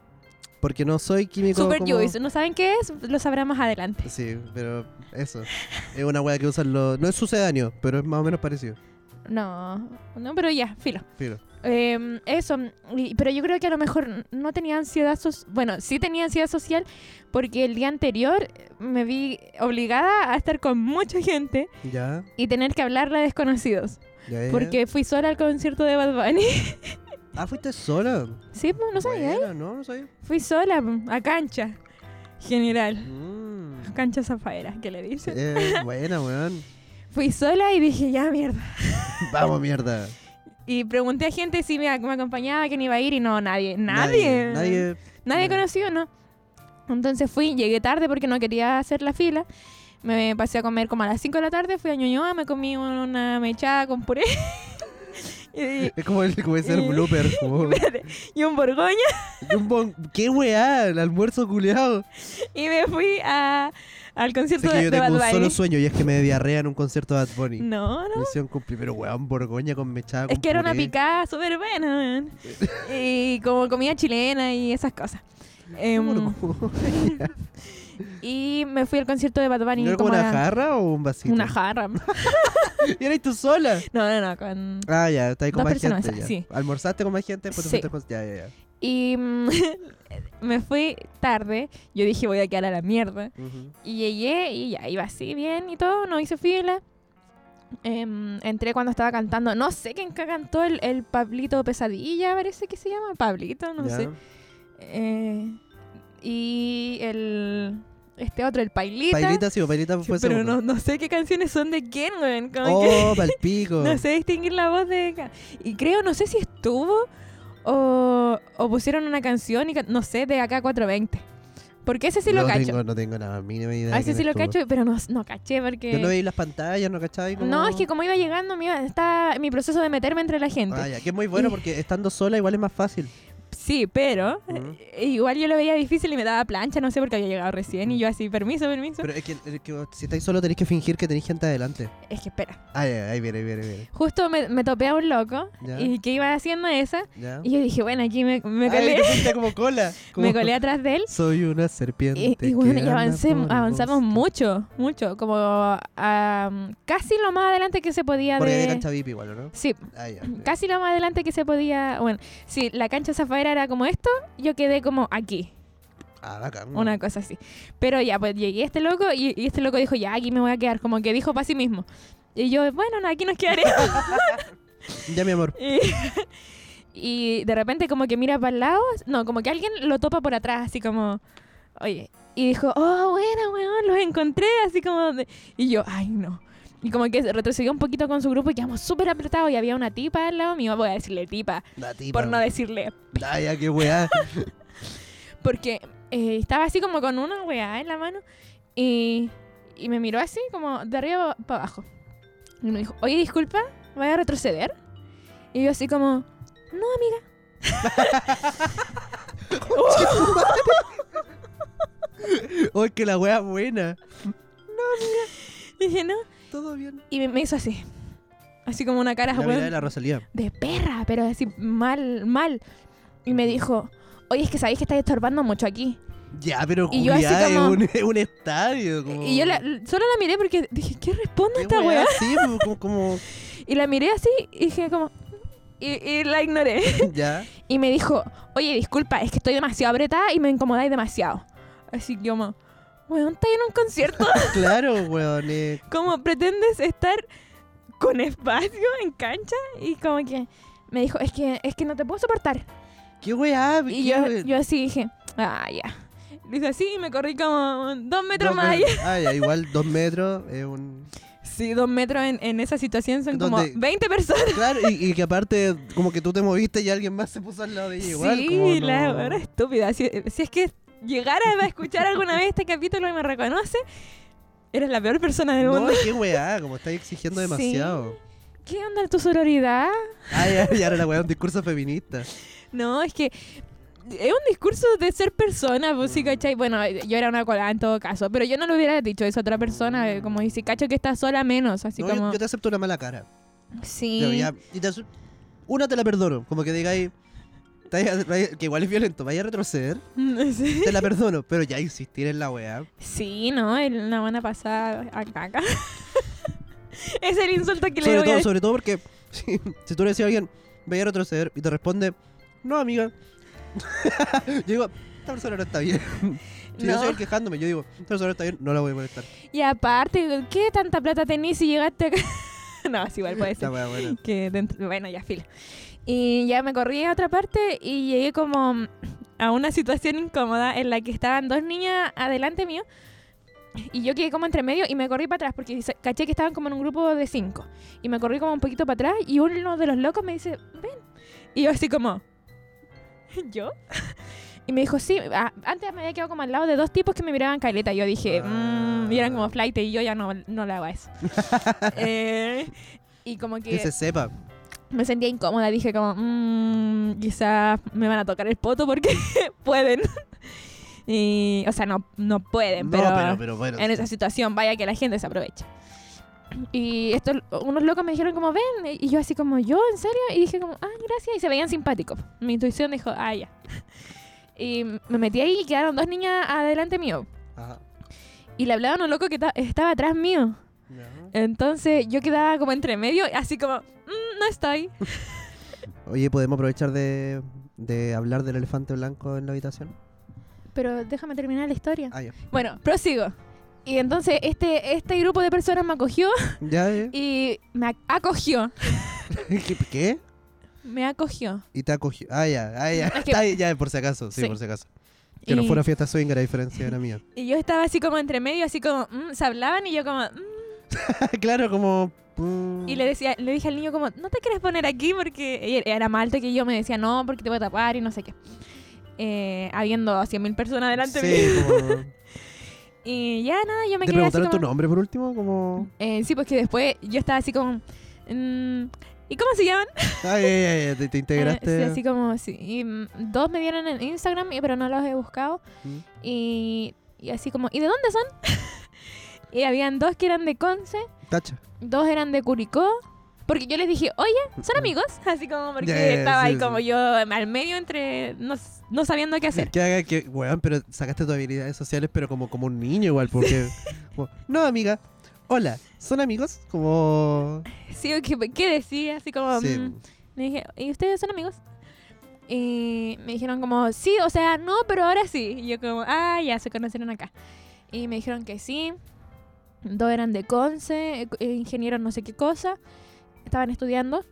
Speaker 2: Porque no soy químico.
Speaker 1: Super
Speaker 2: como-
Speaker 1: Juice, ¿no saben qué es? Lo sabrá más adelante.
Speaker 2: Sí, pero eso. Es una weá que usan los. No es sucedáneo, pero es más o menos parecido.
Speaker 1: No, no, pero ya, filo.
Speaker 2: Filo.
Speaker 1: Eh, eso, y- pero yo creo que a lo mejor no tenía ansiedad social. Bueno, sí tenía ansiedad social porque el día anterior me vi obligada a estar con mucha gente
Speaker 2: Ya,
Speaker 1: y tener que hablarle a desconocidos.
Speaker 2: ya, ya.
Speaker 1: Porque fui sola al concierto de Bad Bunny.
Speaker 2: Ah, fuiste sola.
Speaker 1: sí, po, no sabía. ¿eh?
Speaker 2: Buena, No, no sabía.
Speaker 1: Fui sola po, a cancha general.
Speaker 2: Mm.
Speaker 1: Cancha Zafaera, que le
Speaker 2: Sí,
Speaker 1: dicen.
Speaker 2: eh, buena, weón.
Speaker 1: Fui sola y dije, ya mierda.
Speaker 2: Vamos, mierda.
Speaker 1: Y pregunté a gente si me, me acompañaba, quién iba a ir y no, nadie.
Speaker 2: Nadie.
Speaker 1: Nadie.
Speaker 2: nadie-
Speaker 1: Nadie
Speaker 2: Ya.
Speaker 1: conocido, ¿no? Entonces fui, llegué tarde porque no quería hacer la fila. Me pasé a comer como a las 5 de la tarde, fui a Ñuñoa, me comí una mechada con puré. y,
Speaker 2: Es como el, como ese el
Speaker 1: Y-
Speaker 2: blooper. Como,
Speaker 1: espérate, y un borgoña.
Speaker 2: Jumbo, ¿Qué weá? El almuerzo culeado.
Speaker 1: Y me fui a- al
Speaker 2: Sé
Speaker 1: concierto
Speaker 2: que
Speaker 1: de,
Speaker 2: yo
Speaker 1: de
Speaker 2: tengo un
Speaker 1: Bad
Speaker 2: solo
Speaker 1: Bunny.
Speaker 2: sueño y es que me diarrea en un concierto de Bad Bunny.
Speaker 1: No, no.
Speaker 2: Misión cumplida. Pero weón, Borgoña con mechada.
Speaker 1: Es
Speaker 2: con
Speaker 1: que era una
Speaker 2: puré.
Speaker 1: picada súper buena. weón. y como comida chilena y esas cosas.
Speaker 2: ¿Qué
Speaker 1: Em,
Speaker 2: Borgoña?
Speaker 1: y me fui al concierto de Bad Bunny.
Speaker 2: ¿No era como
Speaker 1: como a
Speaker 2: una
Speaker 1: la-
Speaker 2: jarra o un vasito?
Speaker 1: Una jarra. No,
Speaker 2: ¿Y eras tú sola?
Speaker 1: no, no. Con,
Speaker 2: Ah, ya, está ahí con
Speaker 1: Dos
Speaker 2: más
Speaker 1: personas,
Speaker 2: gente. Ya.
Speaker 1: sí.
Speaker 2: Almorzaste con más gente, después te
Speaker 1: Sí.
Speaker 2: fuiste con- Ya, ya, ya.
Speaker 1: Y mm, me fui tarde. Yo dije, voy a quedar a la mierda.
Speaker 2: Ujú.
Speaker 1: Y llegué y ya iba así bien y todo. No hice fila. Em, entré cuando estaba cantando. No sé quién ca- cantó el, el Pablito Pesadilla, parece que se llama. Pablito, no
Speaker 2: Ya.
Speaker 1: sé. Eh, y el, este otro, el Pailita.
Speaker 2: Pailita, sí, o Pailita fue
Speaker 1: pero no,
Speaker 2: segundo.
Speaker 1: no sé qué canciones son de quién, weón. como que
Speaker 2: Oh, palpico.
Speaker 1: no sé distinguir la voz de... ca- Y creo, no sé si estuvo o, o pusieron una canción, y ca- no sé, de acá 420. Porque ese sí lo
Speaker 2: no
Speaker 1: cacho.
Speaker 2: Tengo, no tengo la mínima idea.
Speaker 1: A
Speaker 2: de
Speaker 1: ese
Speaker 2: quién
Speaker 1: sí lo
Speaker 2: estuvo.
Speaker 1: cacho, pero no, no caché porque...
Speaker 2: Yo no veía las pantallas, no cachaba. y como-
Speaker 1: No, es que como iba llegando, me iba- estaba en mi proceso de meterme entre la gente.
Speaker 2: Ah, ya, que es muy bueno porque estando sola igual es más fácil.
Speaker 1: Sí, pero
Speaker 2: Ujú.
Speaker 1: eh, igual yo lo veía difícil y me daba plancha, no sé, porque había llegado recién y yo así, permiso, permiso.
Speaker 2: Pero es que, es que si estáis solo tenéis que fingir que tenéis gente adelante.
Speaker 1: es que espera.
Speaker 2: Ah, ya, ahí viene, ahí viene, ahí viene.
Speaker 1: Justo me, me topé a un loco
Speaker 2: Ya.
Speaker 1: y que iba haciendo esa.
Speaker 2: ¿Ya?
Speaker 1: Y yo dije, bueno, aquí me, me
Speaker 2: Ay,
Speaker 1: colé,
Speaker 2: te fuiste como cola. como-
Speaker 1: me colé atrás de él.
Speaker 2: Soy una
Speaker 1: Y,
Speaker 2: serpiente.
Speaker 1: y bueno,
Speaker 2: que
Speaker 1: y
Speaker 2: anda
Speaker 1: avancé,
Speaker 2: por el
Speaker 1: avanzamos
Speaker 2: bosque.
Speaker 1: mucho, mucho, como ah, casi lo más adelante que se podía
Speaker 2: Porque
Speaker 1: de...
Speaker 2: hay cancha VIP igual, ¿o ¿no?
Speaker 1: Sí,
Speaker 2: Ah, ya.
Speaker 1: casi lo más adelante que se podía... Bueno, si la cancha zafaera era como esto, yo quedé como aquí.
Speaker 2: Ah, bacán.
Speaker 1: Una cosa así. Pero ya, pues llegué a este loco y, y este loco dijo, ya, aquí me voy a quedar. Como que dijo para sí mismo. Y yo, bueno, no, aquí nos quedaremos.
Speaker 2: Ya, mi amor.
Speaker 1: y, y de repente como que mira para el lado. No, como que alguien lo topa por atrás, así como, oye. Y dijo, oh, buena, weón, los encontré. Así como, de- y yo, ay, no. Y como que retrocedió un poquito con su grupo y quedamos súper apretados. Y había una tipa al lado mío, voy a decirle tipa,
Speaker 2: La tipa.
Speaker 1: por no decirle
Speaker 2: Ah, ya, qué weá.
Speaker 1: Porque eh, estaba así como con una weá en la mano y, y me miró así como de arriba para abajo. Y me dijo, oye, disculpa, voy a retroceder. Y yo así como, no, amiga.
Speaker 2: Oh, es que la weá es buena.
Speaker 1: Y dije, no.
Speaker 2: Todo bien.
Speaker 1: Y me, me hizo así. Así como una cara
Speaker 2: La mirada de
Speaker 1: weón,
Speaker 2: la Rosalía.
Speaker 1: de perra, pero así mal, mal. Y me dijo, oye, es que sabéis que estáis estorbando mucho aquí.
Speaker 2: Ya, pero
Speaker 1: Y yo así
Speaker 2: culiá, es
Speaker 1: como-
Speaker 2: un, es un estadio. Como...
Speaker 1: Y yo la- solo la miré porque dije, ¿qué respondo a
Speaker 2: Oh. ¿Qué
Speaker 1: esta weá?
Speaker 2: Sí, pues, como, como...
Speaker 1: Y la miré así y dije como... y- y la ignoré.
Speaker 2: Ya.
Speaker 1: Y me dijo, oye, disculpa, es que estoy demasiado apretada y me incomodáis demasiado. Así que yo, como, weón, estás en un concierto.
Speaker 2: Claro, weón. eh,
Speaker 1: ¿Cómo pretendes estar con espacio en cancha? Y como que me dijo, es que, es que no te puedo soportar.
Speaker 2: Qué weá.
Speaker 1: Y
Speaker 2: qué
Speaker 1: yo,
Speaker 2: we-
Speaker 1: yo así dije, ah, ya. Lo hice así y me corrí como dos metros
Speaker 2: dos
Speaker 1: más allá.
Speaker 2: metros. Ah, ya, igual dos metros es un...
Speaker 1: Sí, dos metros en, en esa situación son como
Speaker 2: ¿Dónde?
Speaker 1: 20 personas.
Speaker 2: Claro, y, y que aparte, como que tú te moviste y alguien más se puso al lado de ella igual. como
Speaker 1: sí,
Speaker 2: no-
Speaker 1: la verdad estúpida. Si, si es que llegara a escuchar alguna vez este capítulo y me reconoce, eres la peor persona del
Speaker 2: No,
Speaker 1: mundo.
Speaker 2: qué weá, como estáis exigiendo
Speaker 1: Sí.
Speaker 2: demasiado.
Speaker 1: ¿Qué onda tu sororidad?
Speaker 2: Ay, ay, ahora la weá es un discurso feminista.
Speaker 1: No, es que es un discurso de ser persona, pues sí, ¿cachai? Bueno, yo era una colada en todo caso, pero yo no le hubiera dicho eso a otra persona, eh, como dice, cacho que está sola menos, así
Speaker 2: No, yo-
Speaker 1: como...
Speaker 2: yo, te acepto una mala cara.
Speaker 1: Sí.
Speaker 2: Pero ya, y te ace- una te la perdono, como que digáis, "Estáis a- vais- que igual es violento, vaya a retroceder,
Speaker 1: sí.
Speaker 2: te la perdono, pero ya insistir en la weá.
Speaker 1: Sí, no, el- la van a pasar a caca. es el insulto que le
Speaker 2: Sobre
Speaker 1: voy a
Speaker 2: todo,
Speaker 1: decir.
Speaker 2: sobre todo porque si, si tú le decías a alguien, vaya a retroceder, y te responde, no, amiga. yo digo, esta persona no está bien. Si yo
Speaker 1: No.
Speaker 2: soy el quejándome, yo digo, esta persona no está bien, no la voy a molestar.
Speaker 1: Y aparte, ¿qué tanta plata tenés si llegaste acá? no, es igual, puede
Speaker 2: Esta
Speaker 1: ser.
Speaker 2: weá, buena.
Speaker 1: Que dentro- bueno, ya filo. Y ya me corrí a otra parte y llegué como a una situación incómoda en la que estaban dos niñas adelante mío y yo quedé como entre medio y me corrí para atrás porque sa- caché que estaban como en un grupo de cinco y me corrí como un poquito para atrás y uno de los locos me dice, ven. Y yo así como, ¿yo? Y me dijo, sí, a- antes me había quedado como al lado de dos tipos que me miraban caleta. Yo dije, mmm, y eran como flight y yo ya no, no le hago a eso. Eh, y como que
Speaker 2: Que se sepa.
Speaker 1: me sentía incómoda. Dije como, mmm, quizás me van a tocar el poto porque pueden. Y, o sea, no, no pueden,
Speaker 2: No,
Speaker 1: Eh, pero,
Speaker 2: pero, pero bueno.
Speaker 1: en esa situación, vaya que la gente se aprovecha. Y estos, unos locos me dijeron como, ven, y yo así como, ¿yo? ¿En serio? Y dije como, ah, gracias, y se veían simpáticos. Mi intuición dijo, ah, ya. Y me metí ahí y quedaron dos niñas adelante mío.
Speaker 2: Ajá.
Speaker 1: Y le hablaban a un loco que ta- estaba atrás mío. Entonces yo quedaba como entre medio, así como, "Mm, no estoy.
Speaker 2: Oye, ¿podemos aprovechar de, de hablar del elefante blanco en la habitación?
Speaker 1: Pero déjame terminar la historia.
Speaker 2: Ah, ya.
Speaker 1: Bueno, prosigo. Y entonces este, este grupo de personas me acogió
Speaker 2: ¿Ya? eh.
Speaker 1: y me ac- acogió.
Speaker 2: ¿Qué- ¿Qué?
Speaker 1: Me acogió.
Speaker 2: Y te acogió. Ah, ya, ah, ya.
Speaker 1: Es que-
Speaker 2: Está ahí, ya, por si acaso. Sí,
Speaker 1: Sí.
Speaker 2: por si acaso. Que no
Speaker 1: Y-
Speaker 2: fuera fiesta swinger, a diferencia de la mía.
Speaker 1: Y yo estaba así como entre medio, así como, mm, se hablaban y yo como, mm,
Speaker 2: claro, como. mm,
Speaker 1: y le decía, le dije al niño como, no te quieres poner aquí porque ella era más alto que yo, me decía, no, porque te voy a tapar y no sé qué. Eh, habiendo a 100.000 personas delante mío.
Speaker 2: Sí, como-
Speaker 1: Y ya nada, yo me
Speaker 2: ¿Te
Speaker 1: quedé así
Speaker 2: preguntaron
Speaker 1: como,
Speaker 2: tu nombre por último? Como.
Speaker 1: Eh, sí, porque después yo estaba así como, mm, ¿y cómo se llaman?
Speaker 2: Ay, ay, ay, te, te integraste.
Speaker 1: Eh, sí, así como, sí. Y, mm, dos me dieron en Instagram, y- pero no los he buscado.
Speaker 2: Mm.
Speaker 1: Y, y así como, ¿y de dónde son? y habían dos que eran de Conce,
Speaker 2: Cacha.
Speaker 1: dos eran de Curicó. Porque yo les dije, oye, ¿son amigos? Así como porque
Speaker 2: Mm. Ya, ya, ya,
Speaker 1: estaba
Speaker 2: sí,
Speaker 1: ahí
Speaker 2: sí.
Speaker 1: como yo al medio entre no, s- no sabiendo qué hacer.
Speaker 2: Que haga que, weón, pero sacaste tus habilidades sociales, pero como, como un niño igual, porque. como, no, amiga. Hola, ¿son amigos? Como.
Speaker 1: Sí, o ¿qué, qué decía? Así como,
Speaker 2: Sí.
Speaker 1: mm, Le dije, ¿y ustedes son amigos? Y me dijeron como, sí, o sea, no, pero ahora sí. Y yo como, ah, ya se conocieron acá. Y me dijeron que sí. Dos eran de Conce, eh, ingenieros no sé qué cosa. Estaban estudiando.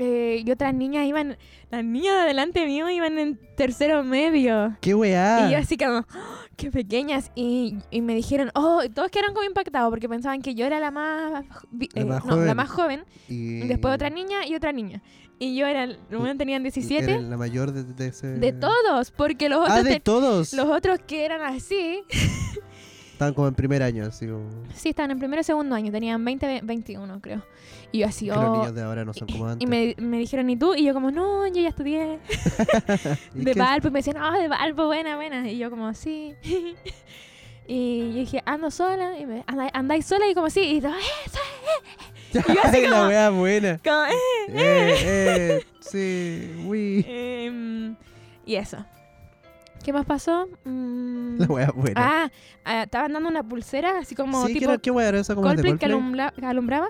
Speaker 1: Eh, y otras niñas iban, las niñas de adelante mío iban en tercero medio.
Speaker 2: ¡Qué weá!
Speaker 1: Y yo así como, ¡Ah! qué pequeñas. Y, y me dijeron, oh, y todos quedaron como impactados porque pensaban que yo era la más, vi-
Speaker 2: La
Speaker 1: eh,
Speaker 2: más
Speaker 1: no, la
Speaker 2: joven.
Speaker 1: más joven.
Speaker 2: Y-
Speaker 1: Y Después otra niña y otra niña. Y yo era, bueno, tenían
Speaker 2: Eres
Speaker 1: 17
Speaker 2: la mayor de, de ese.
Speaker 1: de todos, porque los
Speaker 2: Ah,
Speaker 1: otros,
Speaker 2: de
Speaker 1: te-
Speaker 2: todos.
Speaker 1: los otros que eran así,
Speaker 2: Estaban como en primer año, así como.
Speaker 1: sí, estaban en primero o segundo año, tenían 20, ve- 21 creo. Y yo así,
Speaker 2: Que los
Speaker 1: oh,
Speaker 2: niños de ahora no son como
Speaker 1: y
Speaker 2: antes.
Speaker 1: me, me dijeron, ¿y tú? Y yo como, no, yo ya estudié
Speaker 2: ¿Y
Speaker 1: de
Speaker 2: qué?
Speaker 1: Valpo. Y me decían, ah, de Valpo, buena, buena. Y yo como, sí. Y yo dije, ando sola, y me, "Anda- andáis sola, y como, sí, y, yo, "Eh", yo así
Speaker 2: la
Speaker 1: como-
Speaker 2: wea buena.
Speaker 1: como, "Eh".
Speaker 2: Eh, eh, sí, uy.
Speaker 1: Em, y eso. ¿Qué más pasó? Mm,
Speaker 2: La wea buena.
Speaker 1: Ah, ah, estaban dando una pulsera así como
Speaker 2: sí, ¿qué,
Speaker 1: tipo
Speaker 2: era- qué wea era esa como de
Speaker 1: Coldplay que,
Speaker 2: Coldplay?
Speaker 1: alumbra- que alumbraba.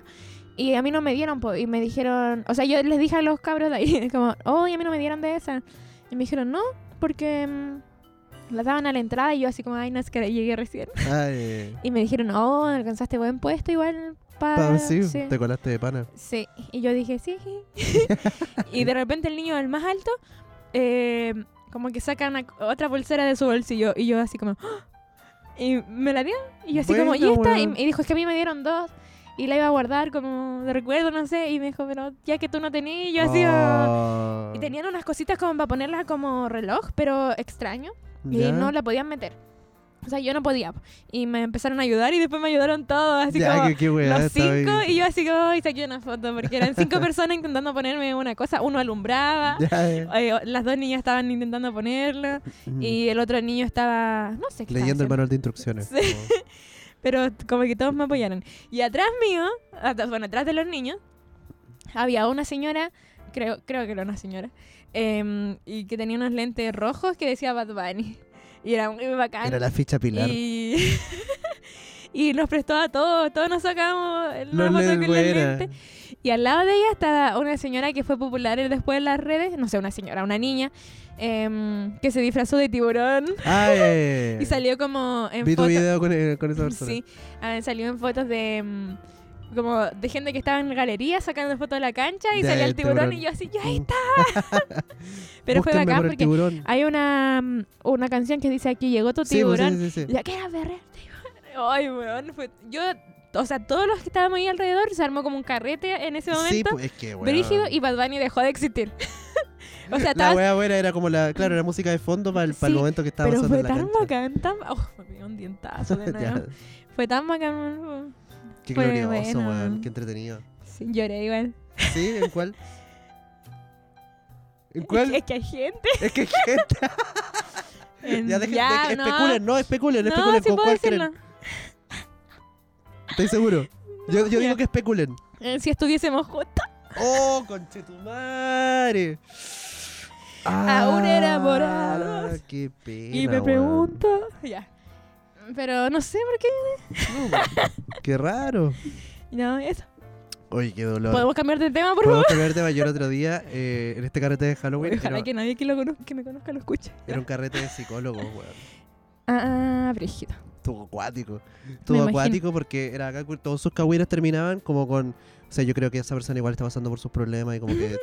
Speaker 1: Y a mí no me dieron, po, y me dijeron, o sea, yo les dije a los cabros de ahí, como, oh, a mí no me dieron de esa. Y me dijeron, no, porque mm, la daban a la entrada y yo así como, ay, no, es que llegué recién.
Speaker 2: Ay,
Speaker 1: Y me dijeron, oh, alcanzaste buen puesto igual para...
Speaker 2: pa, sí, te colaste de pana.
Speaker 1: Sí, y yo dije, sí. y de repente el niño, el más alto, eh, como que saca una- otra pulsera de su bolsillo. Y yo así como... ¡Ah! Y me la dio. Y yo así como, ¿y
Speaker 2: Buena,
Speaker 1: esta? Y,
Speaker 2: weón.
Speaker 1: y dijo, es que a mí me dieron dos. Y la iba a guardar como de recuerdo, no sé. Y me dijo, pero ya que tú no tenías, y yo así... "Ah".
Speaker 2: Ah,
Speaker 1: Y tenían unas cositas como para ponerlas como reloj, pero extraño.
Speaker 2: ya.
Speaker 1: Y no la podían meter. O sea, yo no podía. Y me empezaron a ayudar y después me ayudaron todos. Así
Speaker 2: Ya,
Speaker 1: como,
Speaker 2: qué- qué wea,
Speaker 1: los
Speaker 2: estaba ahí.
Speaker 1: cinco y yo así como y saqué una foto porque eran cinco personas intentando ponerme una cosa uno alumbraba
Speaker 2: Ya, eh. Mm.
Speaker 1: eh, o- las dos niñas estaban intentando ponerlo y el otro niño estaba no sé qué estaba
Speaker 2: Leyendo el
Speaker 1: haciendo,
Speaker 2: manual de instrucciones.
Speaker 1: Sí. pero como que todos me apoyaron y atrás mío at- bueno atrás de los niños había una señora creo creo que era una señora em, y que tenía unos lentes rojos que decía Bad Bunny y era muy
Speaker 2: como-
Speaker 1: bacán
Speaker 2: Era la ficha pilar.
Speaker 1: y, y nos prestó a todos, todos nos sacamos el
Speaker 2: Los
Speaker 1: foto
Speaker 2: led
Speaker 1: con los
Speaker 2: buena.
Speaker 1: lentes. Y al lado de ella estaba una señora que fue popular después en las redes, no sé, una señora, una niña, em, que se disfrazó de tiburón
Speaker 2: Ay, ay, ay.
Speaker 1: y salió como en
Speaker 2: Vi tu
Speaker 1: fotos.
Speaker 2: video con, eh, con esa persona.
Speaker 1: Sí, ah, salió en fotos de em, como de gente que estaba en galerías sacando fotos de la cancha y
Speaker 2: Ya,
Speaker 1: salía el
Speaker 2: el
Speaker 1: tiburón, y
Speaker 2: tiburón.
Speaker 1: yo así, ya ahí
Speaker 2: Mm.
Speaker 1: está. Pero fue
Speaker 2: Búsquenme
Speaker 1: bacán
Speaker 2: por el
Speaker 1: porque
Speaker 2: tiburón.
Speaker 1: hay una, mm, una canción que dice aquí llegó tu
Speaker 2: Sí, pues,
Speaker 1: tiburón.
Speaker 2: sí, sí, sí.
Speaker 1: La que era berrear, te digo. Ay, weón. fue- Yo, o sea, todos los que estábamos ahí alrededor se armó como un carrete en ese
Speaker 2: Sí,
Speaker 1: momento.
Speaker 2: pues, es que, weón.
Speaker 1: Brígido y Bad Bunny dejó de existir. o sea,
Speaker 2: La
Speaker 1: estaba.
Speaker 2: wea buena era como la, claro, la música de fondo para el, para el
Speaker 1: Sí,
Speaker 2: momento que estaba
Speaker 1: Pero fue
Speaker 2: pasando en la
Speaker 1: tan
Speaker 2: cancha.
Speaker 1: bacán, tan. Oh, me dio un dientazo de
Speaker 2: Ya,
Speaker 1: nuevo. Fue tan bacán. weón.
Speaker 2: Qué
Speaker 1: Fue
Speaker 2: glorioso,
Speaker 1: bueno.
Speaker 2: weón. Qué entretenido.
Speaker 1: Sí, lloré igual.
Speaker 2: ¿Sí? ¿En cuál?
Speaker 1: Es
Speaker 2: ¿En
Speaker 1: que,
Speaker 2: cuál?
Speaker 1: es que hay gente.
Speaker 2: es que gente.
Speaker 1: en-
Speaker 2: ya, dejen,
Speaker 1: ya,
Speaker 2: dejen-
Speaker 1: no.
Speaker 2: especulen, no, especulen,
Speaker 1: No,
Speaker 2: especulen
Speaker 1: sí
Speaker 2: con
Speaker 1: puedo
Speaker 2: cuál creen.
Speaker 1: decirlo.
Speaker 2: Estoy seguro. Yo,
Speaker 1: ya.
Speaker 2: yo digo que especulen.
Speaker 1: Eh, Si estuviésemos juntos,
Speaker 2: ¡Oh, conchetumare!
Speaker 1: Ah, Aún enamorados.
Speaker 2: ¡Qué pena!
Speaker 1: y me
Speaker 2: weón.
Speaker 1: pregunto. Ya. Pero no sé por qué.
Speaker 2: No, weón. ¡Qué raro!
Speaker 1: No, eso.
Speaker 2: Oye, qué dolor.
Speaker 1: ¿Podemos cambiar de tema, por favor?
Speaker 2: Podemos cambiar de mayor otro día eh, en este carrete de Halloween.
Speaker 1: Ojalá
Speaker 2: era,
Speaker 1: que nadie que, lo conozca, que me conozca lo escuche.
Speaker 2: era un carrete de psicólogos, weón.
Speaker 1: Ah, brígido.
Speaker 2: estuvo acuático. Estuvo
Speaker 1: imagino.
Speaker 2: acuático porque era acá cu- todos sus cahuiras terminaban como con. O sea, yo creo que esa persona igual está pasando por sus problemas y como que. t-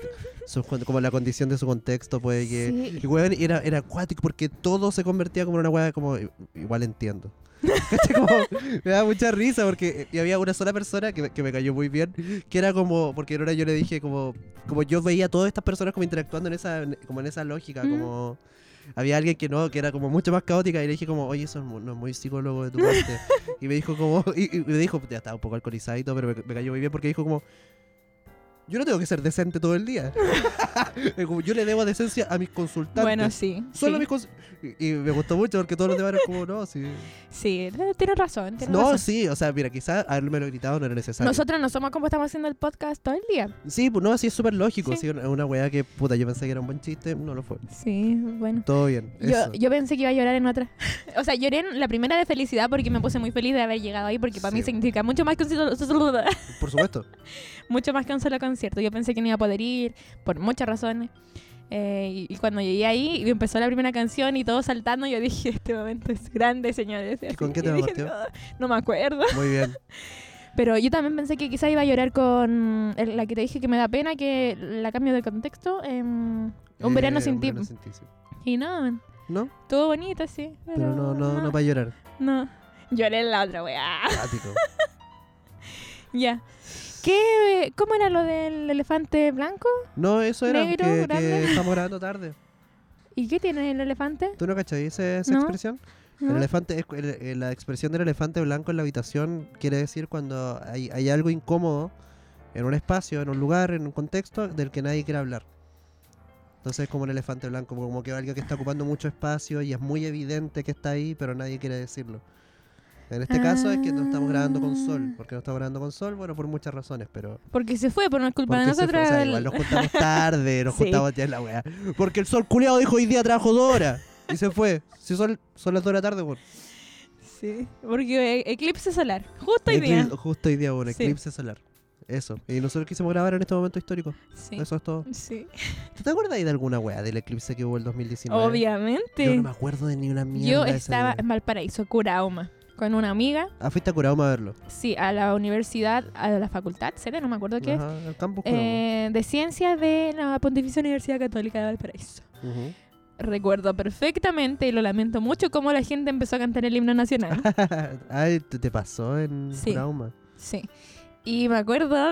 Speaker 2: su- como la condición de su contexto puede que.
Speaker 1: Sí.
Speaker 2: Y weón, era, era acuático porque todo se convertía como en una weá como. "I- Igual entiendo. ¿Cachai? Como, me da mucha risa porque eh, y había una sola persona que, me- que me cayó muy bien, que era como, porque en una yo le dije como, como yo veía a todas estas personas como interactuando en esa, en- como en esa lógica,
Speaker 1: Mm.
Speaker 2: como había alguien que no, que era como mucho más caótica y le dije como, oye, eso es mu- no es muy psicólogo de tu parte. y me dijo como, y, y me dijo, ya estaba un poco alcoholizado y todo, pero me, me cayó muy bien porque dijo como, yo no tengo que ser decente todo el día. Como, yo le debo decencia a mis consultantes.
Speaker 1: Bueno, sí.
Speaker 2: Solo
Speaker 1: sí.
Speaker 2: mis cons- y, y me gustó mucho porque todos los demás eran como, no, sí.
Speaker 1: Sí, eh, tienes razón. Tienes
Speaker 2: No,
Speaker 1: razón.
Speaker 2: sí, o sea, mira, quizás haberme lo gritado no era necesario.
Speaker 1: Nosotros no somos como estamos haciendo el podcast todo el día.
Speaker 2: Sí, pues no, así es súper lógico.
Speaker 1: Sí.
Speaker 2: Sí. una una weá que, puta, yo pensé que era un buen chiste, no lo fue.
Speaker 1: Sí, bueno.
Speaker 2: Todo bien.
Speaker 1: Yo,
Speaker 2: eso.
Speaker 1: yo pensé que iba a llorar en otra. o sea, lloré en la primera de felicidad porque me puse muy feliz de haber llegado ahí porque para mí
Speaker 2: Sí.
Speaker 1: significa mucho más que un solo-
Speaker 2: Por supuesto.
Speaker 1: mucho más que un solo concierto. Yo pensé que no iba a poder ir por muchas razones. Eh, y, y cuando llegué ahí y empezó la primera canción y todo saltando, yo dije, este momento es grande, señores.
Speaker 2: ¿Y con
Speaker 1: así.
Speaker 2: qué
Speaker 1: Y
Speaker 2: tema
Speaker 1: dije,
Speaker 2: partió?
Speaker 1: No, no me acuerdo.
Speaker 2: Muy bien.
Speaker 1: Pero yo también pensé que quizá iba a llorar con el- la que te dije que me da pena, que la cambio de contexto. em, un verano
Speaker 2: Eh,
Speaker 1: sin ti.
Speaker 2: verano sí.
Speaker 1: Y no,
Speaker 2: No,
Speaker 1: estuvo bonito, sí.
Speaker 2: pero no, no, no para llorar.
Speaker 1: No. Lloré en la otra, weá.
Speaker 2: Ático.
Speaker 1: Ya. ¿Qué, ¿Cómo era lo del elefante blanco?
Speaker 2: No, eso era
Speaker 1: Negro,
Speaker 2: que,
Speaker 1: grande.
Speaker 2: que estamos grabando tarde.
Speaker 1: ¿Y qué tiene el elefante?
Speaker 2: ¿Tú no cachai esa, esa
Speaker 1: No.
Speaker 2: expresión? El
Speaker 1: ¿No?
Speaker 2: elefante, es- el- el- la expresión del elefante blanco en la habitación quiere decir cuando hay, hay algo incómodo en un espacio, en un lugar, en un contexto del que nadie quiere hablar. Entonces es como un elefante blanco, como que alguien que está ocupando mucho espacio y es muy evidente que está ahí, pero nadie quiere decirlo. En este caso es que no estamos grabando con sol.
Speaker 1: Ah.
Speaker 2: ¿Por qué no estamos grabando con sol? Bueno, por muchas razones, pero...
Speaker 1: Porque se fue, por no es culpa de
Speaker 2: porque se fue,
Speaker 1: nosotros.
Speaker 2: o sea,
Speaker 1: el-
Speaker 2: igual nos juntamos tarde, nos
Speaker 1: Sí.
Speaker 2: juntamos ya en la weá. Porque el sol culiado dijo hoy día trabajo dos horas. Y se fue. Si son, son las dos de la tarde, bueno.
Speaker 1: Sí, porque eh, eclipse solar. Justo hoy día.
Speaker 2: Eclipse- Justo hoy día, bueno,
Speaker 1: Sí.
Speaker 2: eclipse solar. Eso. Y nosotros quisimos grabar en este momento histórico.
Speaker 1: Sí.
Speaker 2: Eso es todo.
Speaker 1: Sí.
Speaker 2: ¿Tú te acuerdas ahí de alguna weá del eclipse que hubo el 2019?
Speaker 1: Obviamente.
Speaker 2: Yo no me acuerdo de ni una mierda.
Speaker 1: Yo
Speaker 2: de ese
Speaker 1: estaba
Speaker 2: día.
Speaker 1: en Valparaíso, Curaoma, con una amiga,
Speaker 2: Ah, fuiste a Curaoma a verlo.
Speaker 1: sí, a la universidad, a la facultad, sede, no me acuerdo qué es,
Speaker 2: Ajá, al campus Curaoma.
Speaker 1: eh, de ciencias de la Pontificia Universidad Católica de Valparaíso.
Speaker 2: Ujú.
Speaker 1: Recuerdo perfectamente y lo lamento mucho cómo la gente empezó a cantar el himno nacional.
Speaker 2: Ay, te te pasó en
Speaker 1: Sí.
Speaker 2: Curaoma.
Speaker 1: Sí. Y me acuerdo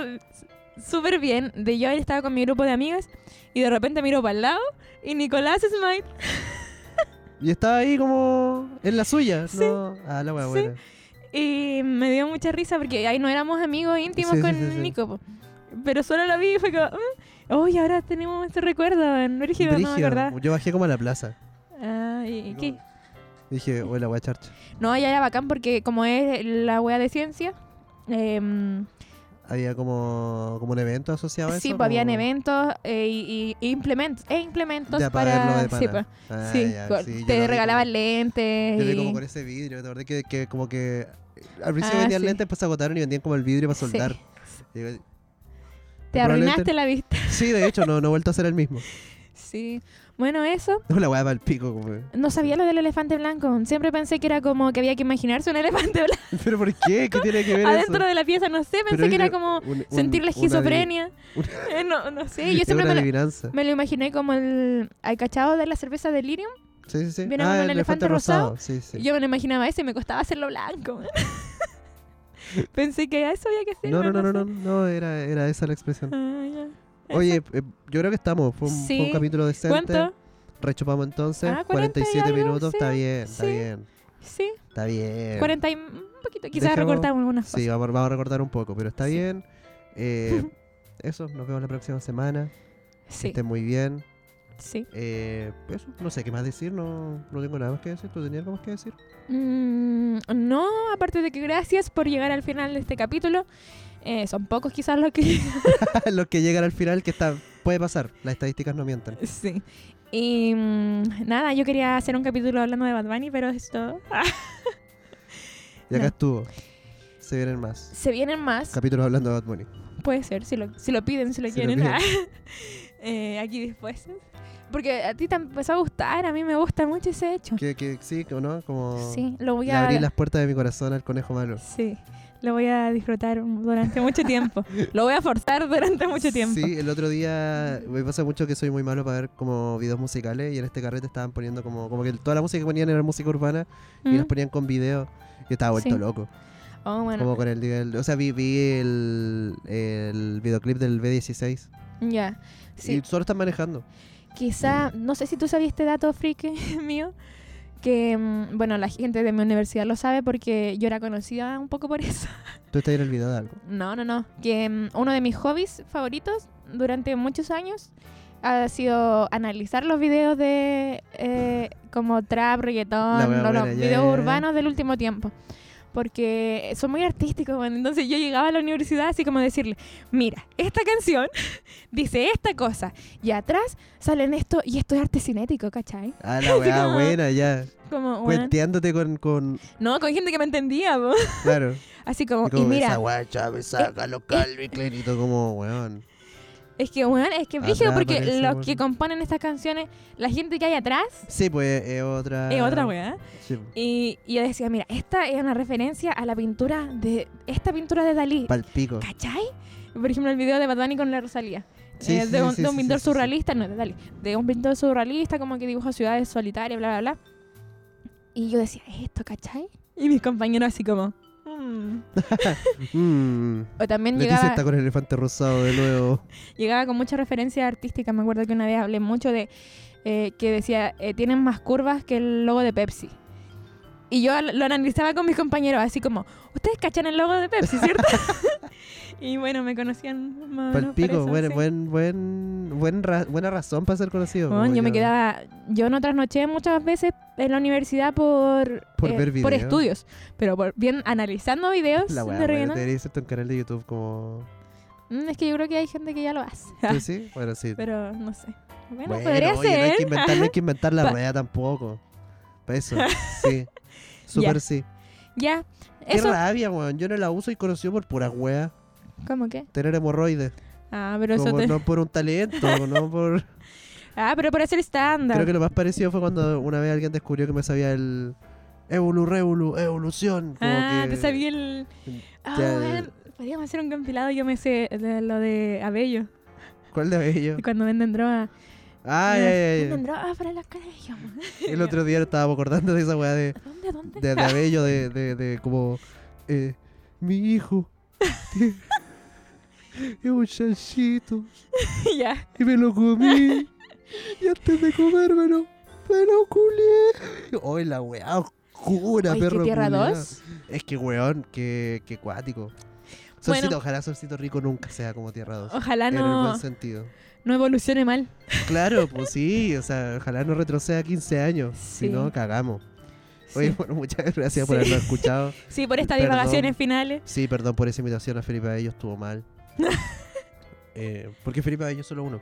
Speaker 1: súper bien de yo haber estado con mi grupo de amigas y de repente miro para el lado y Nicolás Smite
Speaker 2: Y estaba ahí como en la suya.
Speaker 1: Sí.
Speaker 2: No. Ah, la weá
Speaker 1: Sí.
Speaker 2: buena.
Speaker 1: y me dio mucha risa porque ahí no éramos amigos íntimos
Speaker 2: Sí, sí,
Speaker 1: con
Speaker 2: sí, sí.
Speaker 1: Nico. po. Pero solo lo vi y fue como, "Mm, uy, ahora tenemos este recuerdo en Brígido, no me
Speaker 2: Brígido.
Speaker 1: acordaba.
Speaker 2: Yo bajé como a la plaza.
Speaker 1: Ah, ¿y- y qué?
Speaker 2: Dije, oye, la weá charcha.
Speaker 1: No, ya era bacán porque como es la wea de ciencia, em,
Speaker 2: Había como, como un evento asociado a eso.
Speaker 1: sí, pues habían
Speaker 2: como-
Speaker 1: eventos eh, y, y- y implementos, e implementos
Speaker 2: Ya, para verlo
Speaker 1: para...
Speaker 2: de pana.
Speaker 1: sí, pues.
Speaker 2: Ah,
Speaker 1: sí,
Speaker 2: ya,
Speaker 1: con-
Speaker 2: sí, yo lo vi
Speaker 1: te
Speaker 2: como-
Speaker 1: regalaban lentes.
Speaker 2: Yo vi
Speaker 1: y-
Speaker 2: como con ese vidrio, ¿te acordás que, que como que eh, al principio
Speaker 1: Ah,
Speaker 2: vendían
Speaker 1: sí.
Speaker 2: lentes, pues se agotaron y vendían como el vidrio para
Speaker 1: Sí.
Speaker 2: soldar. Digo,
Speaker 1: Te
Speaker 2: probablemente-
Speaker 1: arruinaste la vista.
Speaker 2: Sí, de hecho, no, no he vuelto a ser el mismo.
Speaker 1: Sí. Bueno, eso.
Speaker 2: Es una weá para el pico, como.
Speaker 1: No sabía lo del elefante blanco. Siempre pensé que era como que había que imaginarse un elefante blanco
Speaker 2: ¿Pero por qué? ¿Qué tiene que ver
Speaker 1: adentro
Speaker 2: eso?
Speaker 1: de la pieza. No sé, pensé
Speaker 2: Pero
Speaker 1: que era
Speaker 2: es
Speaker 1: como
Speaker 2: un- un-
Speaker 1: sentir la
Speaker 2: una adivi-
Speaker 1: esquizofrenia.
Speaker 2: una-
Speaker 1: Eh, no, no sé. Yo
Speaker 2: es una
Speaker 1: siempre me lo,
Speaker 2: adivinanza.
Speaker 1: me lo imaginé como el al cachado de la cerveza delirium.
Speaker 2: Sí, sí, Ah, sí.
Speaker 1: viene con un elefante rosado.
Speaker 2: Sí, sí.
Speaker 1: Yo me lo imaginaba ese y me costaba hacerlo blanco. pensé que a eso había que hacer.
Speaker 2: no, no,
Speaker 1: pero
Speaker 2: no, no, no,
Speaker 1: sé.
Speaker 2: no, era, era esa la expresión.
Speaker 1: Ah, ya.
Speaker 2: Oye, eh, yo creo que estamos. Fue un, fue un
Speaker 1: Sí.
Speaker 2: capítulo decente.
Speaker 1: ¿Cuánto?
Speaker 2: Rechupamos entonces.
Speaker 1: Ah, 40 y
Speaker 2: 47
Speaker 1: algo,
Speaker 2: minutos.
Speaker 1: sí,
Speaker 2: Está bien, está
Speaker 1: sí.
Speaker 2: bien.
Speaker 1: Sí,
Speaker 2: Está bien.
Speaker 1: 40 y un poquito. Quizás
Speaker 2: Eh, Dejemos-
Speaker 1: recortamos algunas cosas.
Speaker 2: Sí, vamos, vamos a recortar un poco, pero está
Speaker 1: Sí.
Speaker 2: bien. Eh, eso, nos vemos la próxima semana. Que
Speaker 1: Sí,
Speaker 2: estén muy bien.
Speaker 1: sí.
Speaker 2: Eh, eso, no sé qué más decir, no, no tengo nada más que decir. ¿Tú tenías algo más que decir?
Speaker 1: Mm, no, aparte de que gracias por llegar al final de este capítulo. Eh, son pocos quizás los que...
Speaker 2: Los que llegan al final, que está, puede pasar, las estadísticas no mienten.
Speaker 1: sí. Y mm, nada, yo quería hacer un capítulo hablando de Bad Bunny, pero esto...
Speaker 2: Y acá
Speaker 1: No.
Speaker 2: estuvo. Se vienen más.
Speaker 1: Se vienen más.
Speaker 2: Capítulos hablando de Bad Bunny.
Speaker 1: Puede ser, si lo, si lo piden, si lo
Speaker 2: Si lo
Speaker 1: quieren.
Speaker 2: piden.
Speaker 1: Eh, aquí después. Porque a ti te empezó a gustar, a mí me gusta mucho ese hecho.
Speaker 2: Que, que sí, o no, como
Speaker 1: Ah. Sí, lo voy
Speaker 2: le
Speaker 1: a...
Speaker 2: abrí las puertas de mi corazón al conejo malo.
Speaker 1: Sí, lo voy a disfrutar durante mucho tiempo. lo voy a forzar durante mucho tiempo.
Speaker 2: Sí, el otro día me pasa mucho que soy muy malo para ver como videos musicales y en este carrete estaban poniendo como, como que toda la música que ponían era música urbana y
Speaker 1: Mm.
Speaker 2: las ponían con video. Yo estaba vuelto
Speaker 1: Sí.
Speaker 2: loco.
Speaker 1: Oh, bueno.
Speaker 2: Como con el nivel. O sea, vi, vi el, el videoclip del B16.
Speaker 1: Ya. Sí.
Speaker 2: Y solo están manejando.
Speaker 1: Quizá, no sé si tú sabías este dato, freak mío, que, mm, bueno, la gente de mi universidad lo sabe porque yo era conocida un poco por eso.
Speaker 2: Tú estás en el video de algo.
Speaker 1: No, no, no. Que mm, uno de mis hobbies favoritos durante muchos años ha sido analizar los videos de eh, como trap,
Speaker 2: La
Speaker 1: reggaetón,
Speaker 2: wea
Speaker 1: o los
Speaker 2: buena, ya,
Speaker 1: videos
Speaker 2: ya, ya.
Speaker 1: urbanos del último tiempo. Porque son muy artísticos, bueno, entonces yo llegaba a la universidad así como decirle, mira, esta canción dice esta cosa y atrás salen esto y esto es arte cinético, ¿cachai?
Speaker 2: Ah, la weá
Speaker 1: como-
Speaker 2: buena, ya.
Speaker 1: Como,
Speaker 2: Pues
Speaker 1: weón.
Speaker 2: Cuenteándote con, con.
Speaker 1: no, con gente que me entendía, po.
Speaker 2: Claro.
Speaker 1: así
Speaker 2: Y
Speaker 1: como,
Speaker 2: como
Speaker 1: Oh, y mira, eh,
Speaker 2: Esa weá, Chávez, sácalo, calvo y clarito, como weón.
Speaker 1: Es que, weón, es que brígido
Speaker 2: Atrás
Speaker 1: porque
Speaker 2: aparece,
Speaker 1: los
Speaker 2: weón.
Speaker 1: que componen estas canciones, la gente que hay atrás,
Speaker 2: Sí, pues es otra.
Speaker 1: es otra weá.
Speaker 2: Sí, pues.
Speaker 1: Y, y yo decía, mira, esta es una referencia a la pintura de. Esta pintura de Dalí.
Speaker 2: Palpico.
Speaker 1: ¿Cachai? Por ejemplo, el video de Bad Bunny con la Rosalía.
Speaker 2: Sí,
Speaker 1: Eh,
Speaker 2: sí,
Speaker 1: de,
Speaker 2: sí,
Speaker 1: un,
Speaker 2: sí,
Speaker 1: de un
Speaker 2: sí,
Speaker 1: pintor
Speaker 2: sí, sí.
Speaker 1: surrealista, no, de Dalí. De un pintor surrealista, como que dibuja ciudades solitarias, bla, bla, bla. Y yo decía, ¿es esto, cachai? Y mis compañeros, así como. "Mm".
Speaker 2: Mm.
Speaker 1: O también
Speaker 2: Leticia
Speaker 1: llegaba.
Speaker 2: está con el elefante rosado de nuevo.
Speaker 1: llegaba con mucha referencia artística. Me acuerdo que una vez hablé mucho de eh, que decía, eh, tienen más curvas que el logo de Pepsi. Y yo al- lo analizaba con mis compañeros, así como, ustedes cachan el logo de Pepsi, ¿cierto? y bueno, me conocían más o menos Ah, por
Speaker 2: Palpico,
Speaker 1: eso,
Speaker 2: buen,
Speaker 1: sí.
Speaker 2: buen, buen, buen ra- buena razón para ser conocido.
Speaker 1: Bueno,
Speaker 2: como
Speaker 1: yo me
Speaker 2: que-
Speaker 1: quedaba, yo no trasnoché muchas veces en la universidad por, eh,
Speaker 2: Por ver videos.
Speaker 1: por estudios, pero por bien analizando videos
Speaker 2: La weá,
Speaker 1: de
Speaker 2: bueno,
Speaker 1: reggaetón.
Speaker 2: debería hacerte un canal de YouTube como.
Speaker 1: Mm, Es que yo creo que hay gente que ya lo hace,
Speaker 2: ¿Sí, sí? Bueno, sí.
Speaker 1: pero no sé. Bueno,
Speaker 2: Bueno,
Speaker 1: podría
Speaker 2: oye, No hay
Speaker 1: ser.
Speaker 2: que inventar, no hay que inventar la
Speaker 1: Pa-
Speaker 2: rueda tampoco. Para eso, sí. Súper sí.
Speaker 1: Ya,
Speaker 2: Qué
Speaker 1: eso
Speaker 2: rabia, weón. Yo no la uso y conocí por pura wea.
Speaker 1: ¿Cómo qué?
Speaker 2: Tener hemorroides.
Speaker 1: Ah, pero eso
Speaker 2: Como
Speaker 1: te-
Speaker 2: No por un talento, no por.
Speaker 1: Ah, pero por hacer estándar.
Speaker 2: Creo que lo más parecido fue cuando una vez alguien descubrió que me sabía el. Evolu, revolu, evolución. Como
Speaker 1: Ah,
Speaker 2: que...
Speaker 1: te sabía el. Ah,
Speaker 2: Ya,
Speaker 1: bueno, podríamos hacer un compilado, yo me sé de lo de Abello,
Speaker 2: ¿Cuál de ellos?
Speaker 1: de cuando venden droga.
Speaker 2: Ay,
Speaker 1: Mira,
Speaker 2: ay, ay.
Speaker 1: Venden droga ah, para los colegios.
Speaker 2: El otro día estábamos acordando de esa weá de,
Speaker 1: ¿Dónde, dónde?
Speaker 2: de, de Abello, de, de, de como. eh, mi hijo. tiene- Es un chanchito.
Speaker 1: ya.
Speaker 2: Y me lo comí. Y antes de comérmelo, me lo culé. Hoy la weá oscura,
Speaker 1: Ay, ¿qué
Speaker 2: perro.
Speaker 1: tierra
Speaker 2: culiao.
Speaker 1: dos?
Speaker 2: Es que weón, que, que cuático. Solcito, ojalá Solcito Rico nunca sea como Tierra 2.
Speaker 1: Ojalá
Speaker 2: en el
Speaker 1: no,
Speaker 2: buen sentido.
Speaker 1: no evolucione mal.
Speaker 2: Claro, pues sí, o sea, ojalá no retroceda 15 años. Si
Speaker 1: Sí.
Speaker 2: no, cagamos.
Speaker 1: Sí,
Speaker 2: Oye, bueno, muchas gracias por
Speaker 1: Sí.
Speaker 2: haberlo escuchado.
Speaker 1: Sí, por estas
Speaker 2: perdón.
Speaker 1: divagaciones finales.
Speaker 2: Sí, perdón por esa invitación a Felipe Abello, estuvo mal. Eh, porque Felipe Abello es solo uno.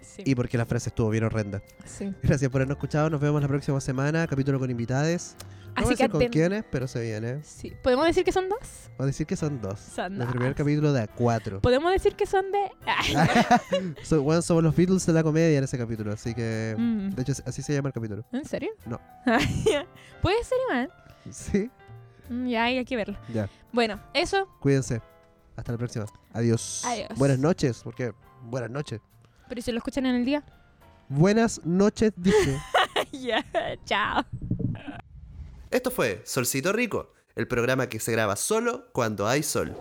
Speaker 1: Sí.
Speaker 2: Y porque la frase estuvo bien horrenda.
Speaker 1: sí.
Speaker 2: Gracias por habernos escuchado. Nos vemos la próxima semana. Capítulo con invitades. No voy a
Speaker 1: Así que
Speaker 2: decir con
Speaker 1: aten-
Speaker 2: quiénes, pero se viene.
Speaker 1: sí. ¿Podemos decir que son dos?
Speaker 2: Voy a decir que son dos.
Speaker 1: Son
Speaker 2: El
Speaker 1: dos.
Speaker 2: primer capítulo de a cuatro.
Speaker 1: ¿Podemos decir que son de.? Ay, Pues-
Speaker 2: So- bueno, somos los Beatles de la comedia en ese capítulo, así que...
Speaker 1: mm,
Speaker 2: De hecho, así se llama el capítulo.
Speaker 1: ¿En serio?
Speaker 2: No.
Speaker 1: Puede ser igual.
Speaker 2: Sí.
Speaker 1: Mm, Ya, hay que verlo.
Speaker 2: Ya.
Speaker 1: Bueno, eso.
Speaker 2: Cuídense. Hasta la próxima. Adiós.
Speaker 1: Adiós.
Speaker 2: Buenas noches, porque... Buenas noches.
Speaker 1: Pero si lo escuchan en el día.
Speaker 2: Buenas noches, dije.
Speaker 1: ya, chao.
Speaker 2: Esto fue Solcito Rico, el programa que se graba solo cuando hay sol.